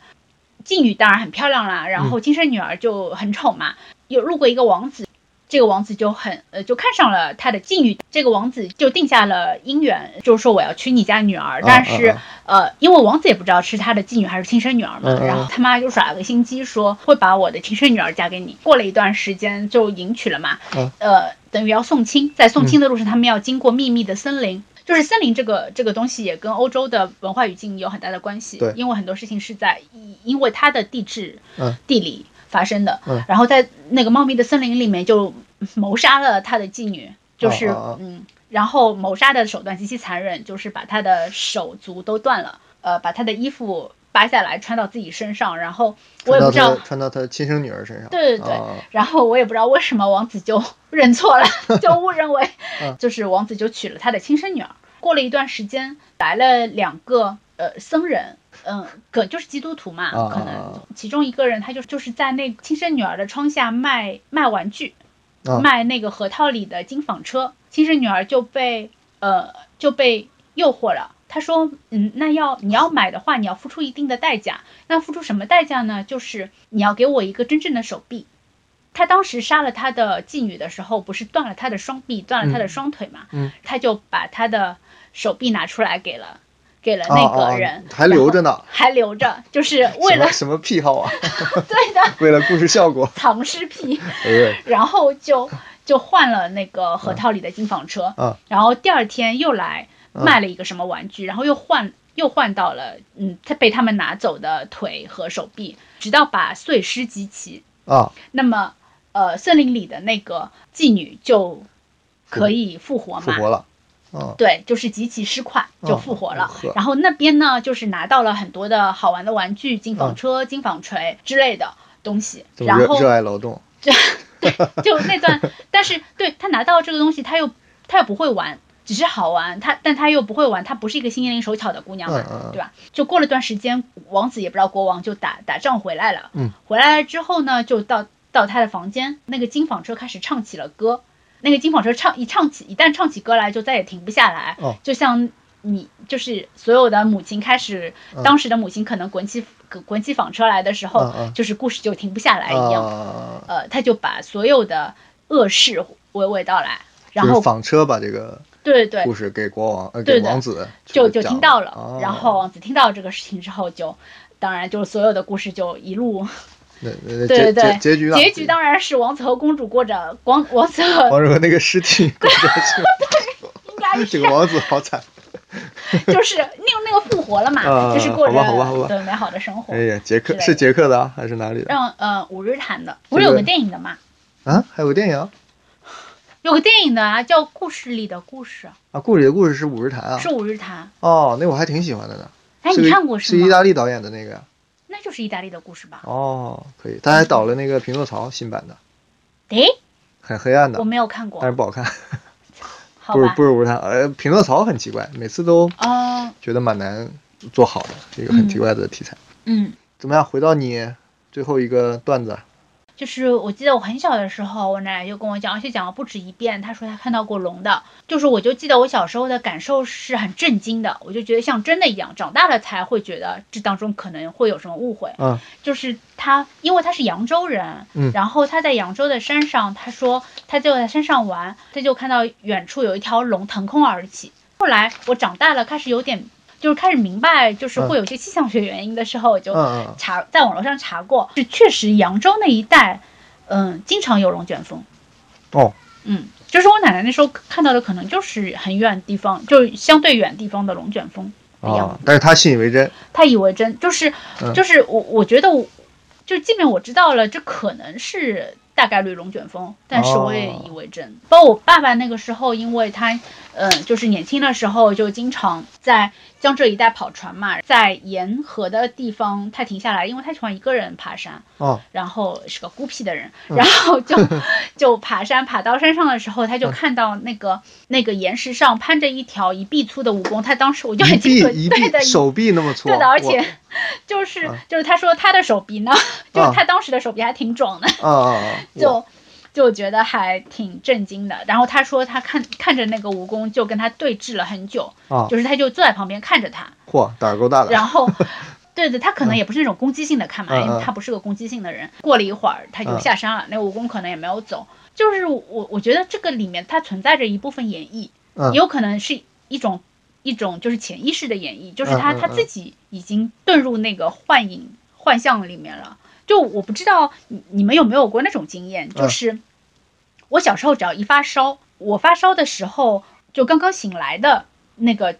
继女当然很漂亮
嗯
啦，然后亲生女儿就很丑嘛。有路过一个王子，这个王子就很呃就看上了她的继女，这个王子就定下了姻缘，就是说我要娶你家女儿。
啊
但是、
啊
呃，因为王子也不知道是他的继女还是亲生女儿嘛，
嗯嗯
然后他妈就耍了个心机说会把我的亲生女儿嫁给你。过了一段时间就迎娶了嘛，
嗯
呃，等于要送亲，在送亲的路上他们要经过秘密的森林。就是森林这个这个东西也跟欧洲的文化语境有很大的关系，
对
因为很多事情是在因为它的地质、
嗯
地理发生的，
嗯
然后在那个茂密的森林里面就谋杀了他的妓女，就是、
哦哦哦
嗯，然后谋杀的手段极其残忍，就是把他的手足都断了，呃，把他的衣服扒下来穿到自己身上，然后我
穿
也
到
不知道
他，穿到他亲生女儿身上。
对对对
啊
然后我也不知道为什么王子就 认错了，就误认为
嗯
就是王子就娶了他的亲生女儿。过了一段时间，来了两个呃僧人，嗯，可就是基督徒嘛，
啊
可能其中一个人他就就是在那个亲生女儿的窗下卖卖玩具，
啊
卖那个核桃里的金纺车，亲生女儿就被呃就被诱惑了。他说：“嗯，那要你要买的话，你要付出一定的代价。那付出什么代价呢？就是你要给我一个真正的手臂。”他当时杀了他的妓女的时候，不是断了他的双臂，断了他的双腿嘛？
嗯嗯
他就把他的手臂拿出来给了给了那个人，
哦哦还留 着呢，
还留着，就是为
什
了
么什么癖好啊？
对的
为了故事效果。
藏尸癖。
对，
然后就就换了那个核桃里的金纺车，
嗯
然后第二天又来
嗯
卖了一个什么玩具，然后又换又换到了嗯，他被他们拿走的腿和手臂，直到把碎尸集齐。
啊，
那么，呃，森林里的那个妓女就可以复活
复
嘛？
活了。啊，
对，就是集齐尸块就
哦
复活了。
呵
然后那边呢，就是拿到了很多的好玩的玩具，金纺车、金纺锤之类的东西。
这嗯么
然
热
后
热爱劳动。
就那段，但是对他拿到这个东西，他又他又不会玩，只是好玩，她但她又不会玩，她不是一个心灵手巧的姑娘嘛，
嗯嗯嗯
对吧？就过了段时间，王子也不知道国王就打打仗回来了，
嗯，
回来了之后呢，就到到他的房间，那个金纺车开始唱起了歌，那个金纺车唱一唱起，一旦唱起歌来，就再也停不下来，
哦
就像你就是所有的母亲开始，
嗯
当时的母亲可能滚起滚起纺车来的时候，
嗯嗯
就是故事就停不下来一样，
啊，
呃，他就把所有的恶事娓娓道来，然
就是
后
纺车把这个
对对
故
对，
事给国王呃
对
给
的
王子
就就
这个
听
讲
到了，
哦
然后王子听到这个事情之后就。当然，就是所有的故事就一路，
那
对
那结
对对
结， 结局呢
结局当然是王子和公主过着 光王子和
王者和那个尸体滚下去了，
应该
这
是
个王子 好惨，
就是那个那个复活了嘛，
啊
就是过
好吧好吧好
着
吧
对美好的生活
哎。呀，捷
之类
克
的
是捷克的啊还是哪里的
让呃五日谈的，
这
不是有
个
个电影的嘛？
啊？还有电影
有个电影的啊，叫《故事里的故事
啊？故事里的故事是五日谈》，啊
是？五日谈。
哦，那我还挺喜欢的呢。
哎，
是
你
个
看过
是意
吗？
大利导演的那个呀？
那就是意大利的故事吧？
哦，可以，他还导了那个《匹诺曹》新版的，
诶，
很黑暗的
我，没有看
但
过
是，不好看，
好
不是
吧
不？是五日谈，呃，《匹诺曹》很奇怪，每次都
哦，
觉得蛮难做好的，是一个很奇怪的题材。
嗯，
怎么样？回到你最后一个段子，
就是我记得我很小的时候，我奶奶就跟我讲，而且讲了不止一遍，她说她看到过龙的。就是我就记得我小时候的感受是很震惊的，我就觉得像真的一样，长大了才会觉得这当中可能会有什么误会。
嗯
就是他，因为他是扬州人，
嗯
然后他在扬州的山上，他说他就在山上玩，他就看到远处有一条龙腾空而起。后来我长大了，开始有点就是开始明白，就是
嗯
会有一些气象学原因的时候，我就
嗯嗯
查在网络上查过，是确实扬州那一带，嗯，经常有龙卷风，
哦，
嗯，就是我奶奶那时候看到的，可能就是很远地方，就是相对远地方的龙卷风的样子
啊，。但是他信以为真，
他以为真，就是
嗯
就是我我觉得我，就即便我知道了这可能是大概率龙卷风，但是我也
哦
以为真。包括我爸爸那个时候，因为他嗯、呃就是年轻的时候就经常在江浙一带跑船嘛，在沿河的地方他停下来，因为他喜欢一个人爬山，
哦，
然后是个孤僻的人，
嗯
然后 就就爬山，爬到山上的时候，他就
嗯
看到那个那个岩石上攀着一条一臂粗的蜈蚣，他当时我就
一
很
臂
清楚，
一
对
臂
的，一
手臂那么粗，啊
对的，而
我
且 就是
啊
就是他说他的手臂呢，就是他当时的手臂还挺壮的，
啊啊啊，我
就就觉得还挺震惊的。然后他说他看看着那个蜈蚣就跟他对峙了很久，
啊，
就是他就坐在旁边看着他，
嚯，胆儿够大的，
然后。对对，他可能也不是那种攻击性的看嘛，
嗯嗯嗯
因为他不是个攻击性的人。过了一会儿，他就
嗯
下山了，那个蜈蚣可能也没有走。就是我，我觉得这个里面它存在着一部分演绎，
嗯
也有可能是一种一种就是潜意识的演绎，就是他
嗯嗯
他
嗯
自己已经遁入那个幻影幻象里面了。就我不知道你你们有没有过那种经验，就是我小时候只要一发烧，我发烧的时候就刚刚醒来的那个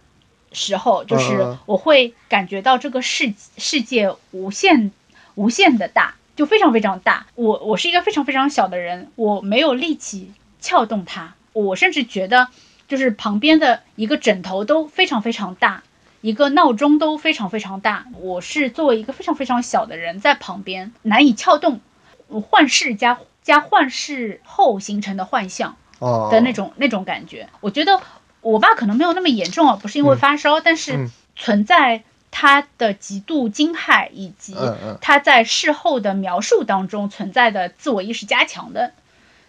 时候，就
嗯嗯
是
嗯
我会感觉到这个世世界无限无限的大，就非常非常大。我我是一个非常非常小的人，我没有力气撬动它，我甚至觉得就是旁边的一个枕头都非常非常大，一个闹钟都非常非常大。我是作为一个非常非常小的人在旁边难以撬动，我幻视加加幻视后形成的幻象。
哦
的那种、那种感觉。我觉得我爸可能没有那么严重啊，不是因为发烧，但是
嗯
存在他的极度惊骇以及
嗯嗯
他在事后的描述当中存在的自我意识加强的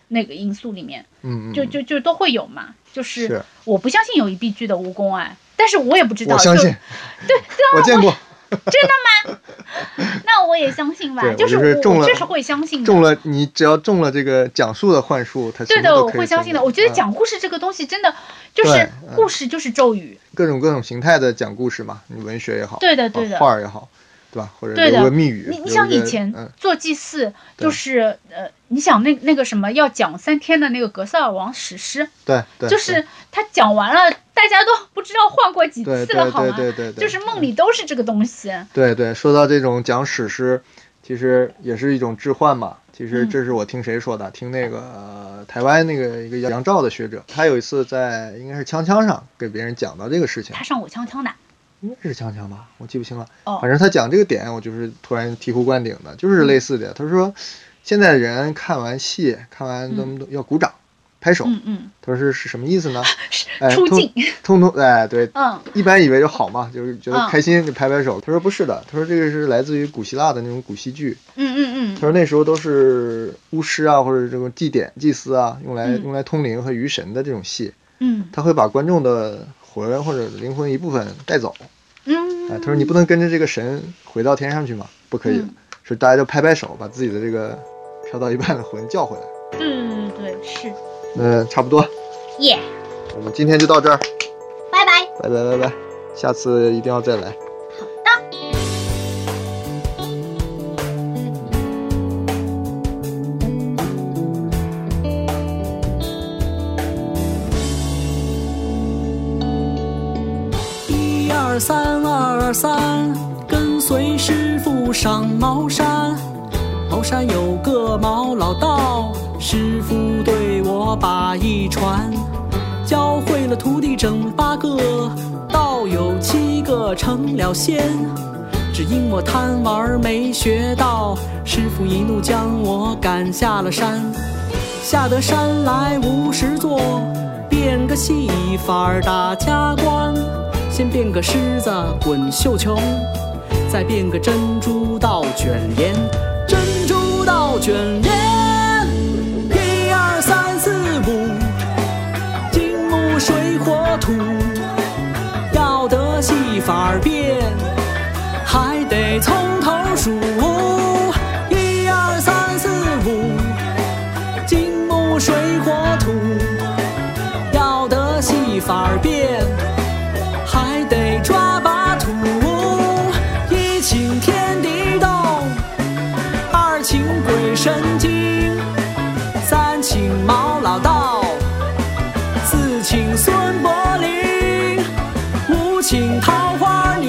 那个因素里面，
嗯嗯，
就就就都会有嘛。就是
是
我不相信有一臂巨的蜈蚣哎，但是我也不知道，
我相
就
信，
对，啊
我见过
那我也相信吧
对，我
就是
就是
我
中
我
了
确实会相信的。
中了，你只要中了这个讲述的幻术，他
嗯对
什么
的，
都
我
可以
会相
中
信的。我觉得
嗯
讲故事这个东西真的就是
对嗯
故事就是咒语，
各种各种形态的讲故事嘛，你文学也好，
对的对
啊
的
画儿也好，对吧？或者
对的
留个密语，
你你
留
想
一
以
个
前
嗯，
做祭祀，就
对
是呃，你想那那个什么要讲三天的那个格萨尔王史诗，
对对，
就
对
是他讲完了，大家都不知道换过几
对
次了，
对
好吗？
对对对对
就是梦里都是这个东西。
对对，说到这种讲史诗，其实也是一种置换嘛。其实
嗯
这是我听谁说的？听那个、呃、台湾那个一个杨照的学者，他有一次在应该是锵锵上给别人讲到这个事情
他，上我锵锵的，
应该是锵锵吧，我记不清了。
哦
反正他讲这个点，我就是突然醍醐灌顶
嗯
的，就是类似的。他说，现在人看完戏，看完咱们都要鼓掌，拍手。
嗯嗯，
他说是是什么意思呢？哎，
出
通
镜，
通通，哎，对，
嗯
一般以为就好嘛，就是觉得
嗯
开心，就拍拍手。他说不是的，他说这个是来自于古希腊的那种古戏剧。
嗯嗯嗯，
他说那时候都是巫师啊，或者这种祭典、祭司啊，用来
嗯
用来通灵和娱神的这种戏，
嗯
他会把观众的魂或者灵魂一部分带走。
嗯，
哎，他说你不能跟着这个神回到天上去嘛，不可以的
嗯。
所以大家就拍拍手，把自己的这个飘到一半的魂叫回来。
对对对对，是
嗯，差不多，
耶，
我们今天就到这儿，
拜拜。
拜拜拜拜，下次一定要再来。
一二三，二二三，跟随师傅上茅山。茅山有个毛老道，师傅对我把一传，教会了徒弟整八个，道友七个成了仙。只因我贪玩没学到，师傅一怒将我赶下了山。下得山来无事做，变个戏法儿打家关。先变个狮子滚绣球，再变个珍珠倒卷帘，珍珠倒卷帘。一二三四五，金木水火土，要得戏法儿变，还得从头数。一二三四五。金木水火土，要得戏法儿变，还得抓把土。一请天地动，二请鬼神惊，三请毛老道，四请孙伯龄，五请桃花女，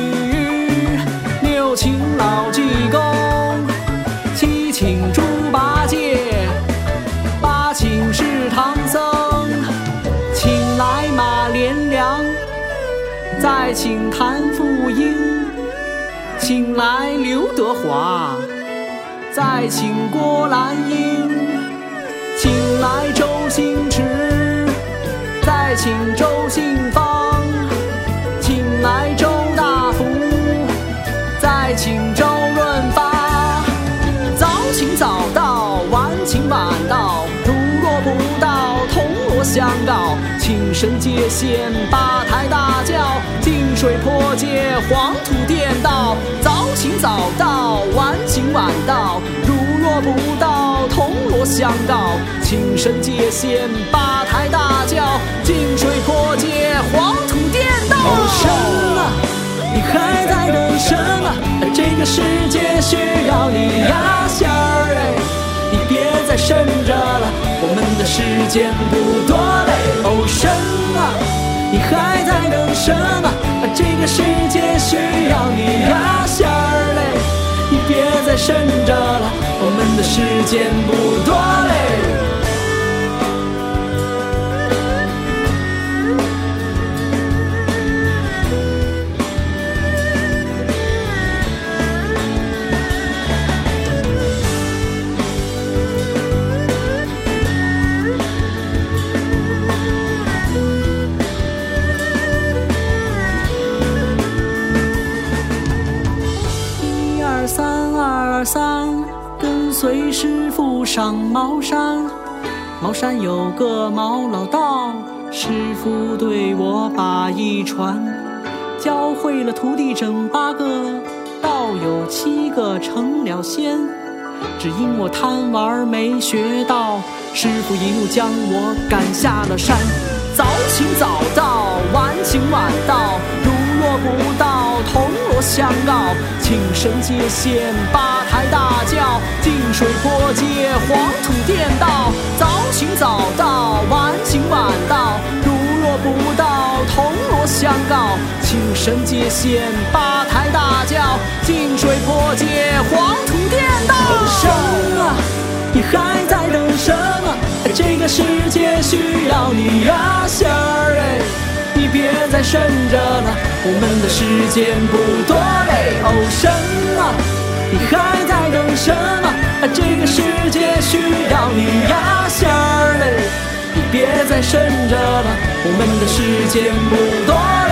六请老济公，七请猪八戒。八请是唐僧，请来马连良，再请谭富英，请来刘德华，再请郭兰英，请来周星驰，再请周信芳，请来周大福，再请周润发。早请早到，晚请晚到，如若不到，铜锣相告。请神接仙，八抬大轿，近水坡街，黄土垫道。早请早到，晚请晚到，如若不到，铜锣相告。请神接仙，八抬大轿，近水坡街，黄土垫道。神啊，你还在等什么？这个世界需要你呀，仙儿哎，你别再伸着了，我们的时间不多嘞。哦，神啊，你还在等什么？这个世界需要你呀，仙儿嘞，你别再伸着了，我们的时间不多嘞。一二三二二三，跟随师傅上茅山。茅山有个毛老道，师傅对我把一传，教会了徒弟整八个，道友七个成了仙。只因我贪玩没学到，师傅一怒将我赶下了山。早请早到，晚请晚到，如若不到，铜锣相告。请神接仙，八抬大轿，近水坡街，黄土垫道。早请早到，晚请晚到，如若不到，铜锣相告。请神接仙，八抬大轿，近水坡街，黄土垫道。神啊，你还在等什么？这个世界需要你呀，仙儿哎，你别再伸着了，我们的时间不多嘞。哦，神啊，你还在啊等什么？这个世界需要你呀，仙儿哎。别再伸着了，我们的时间不多。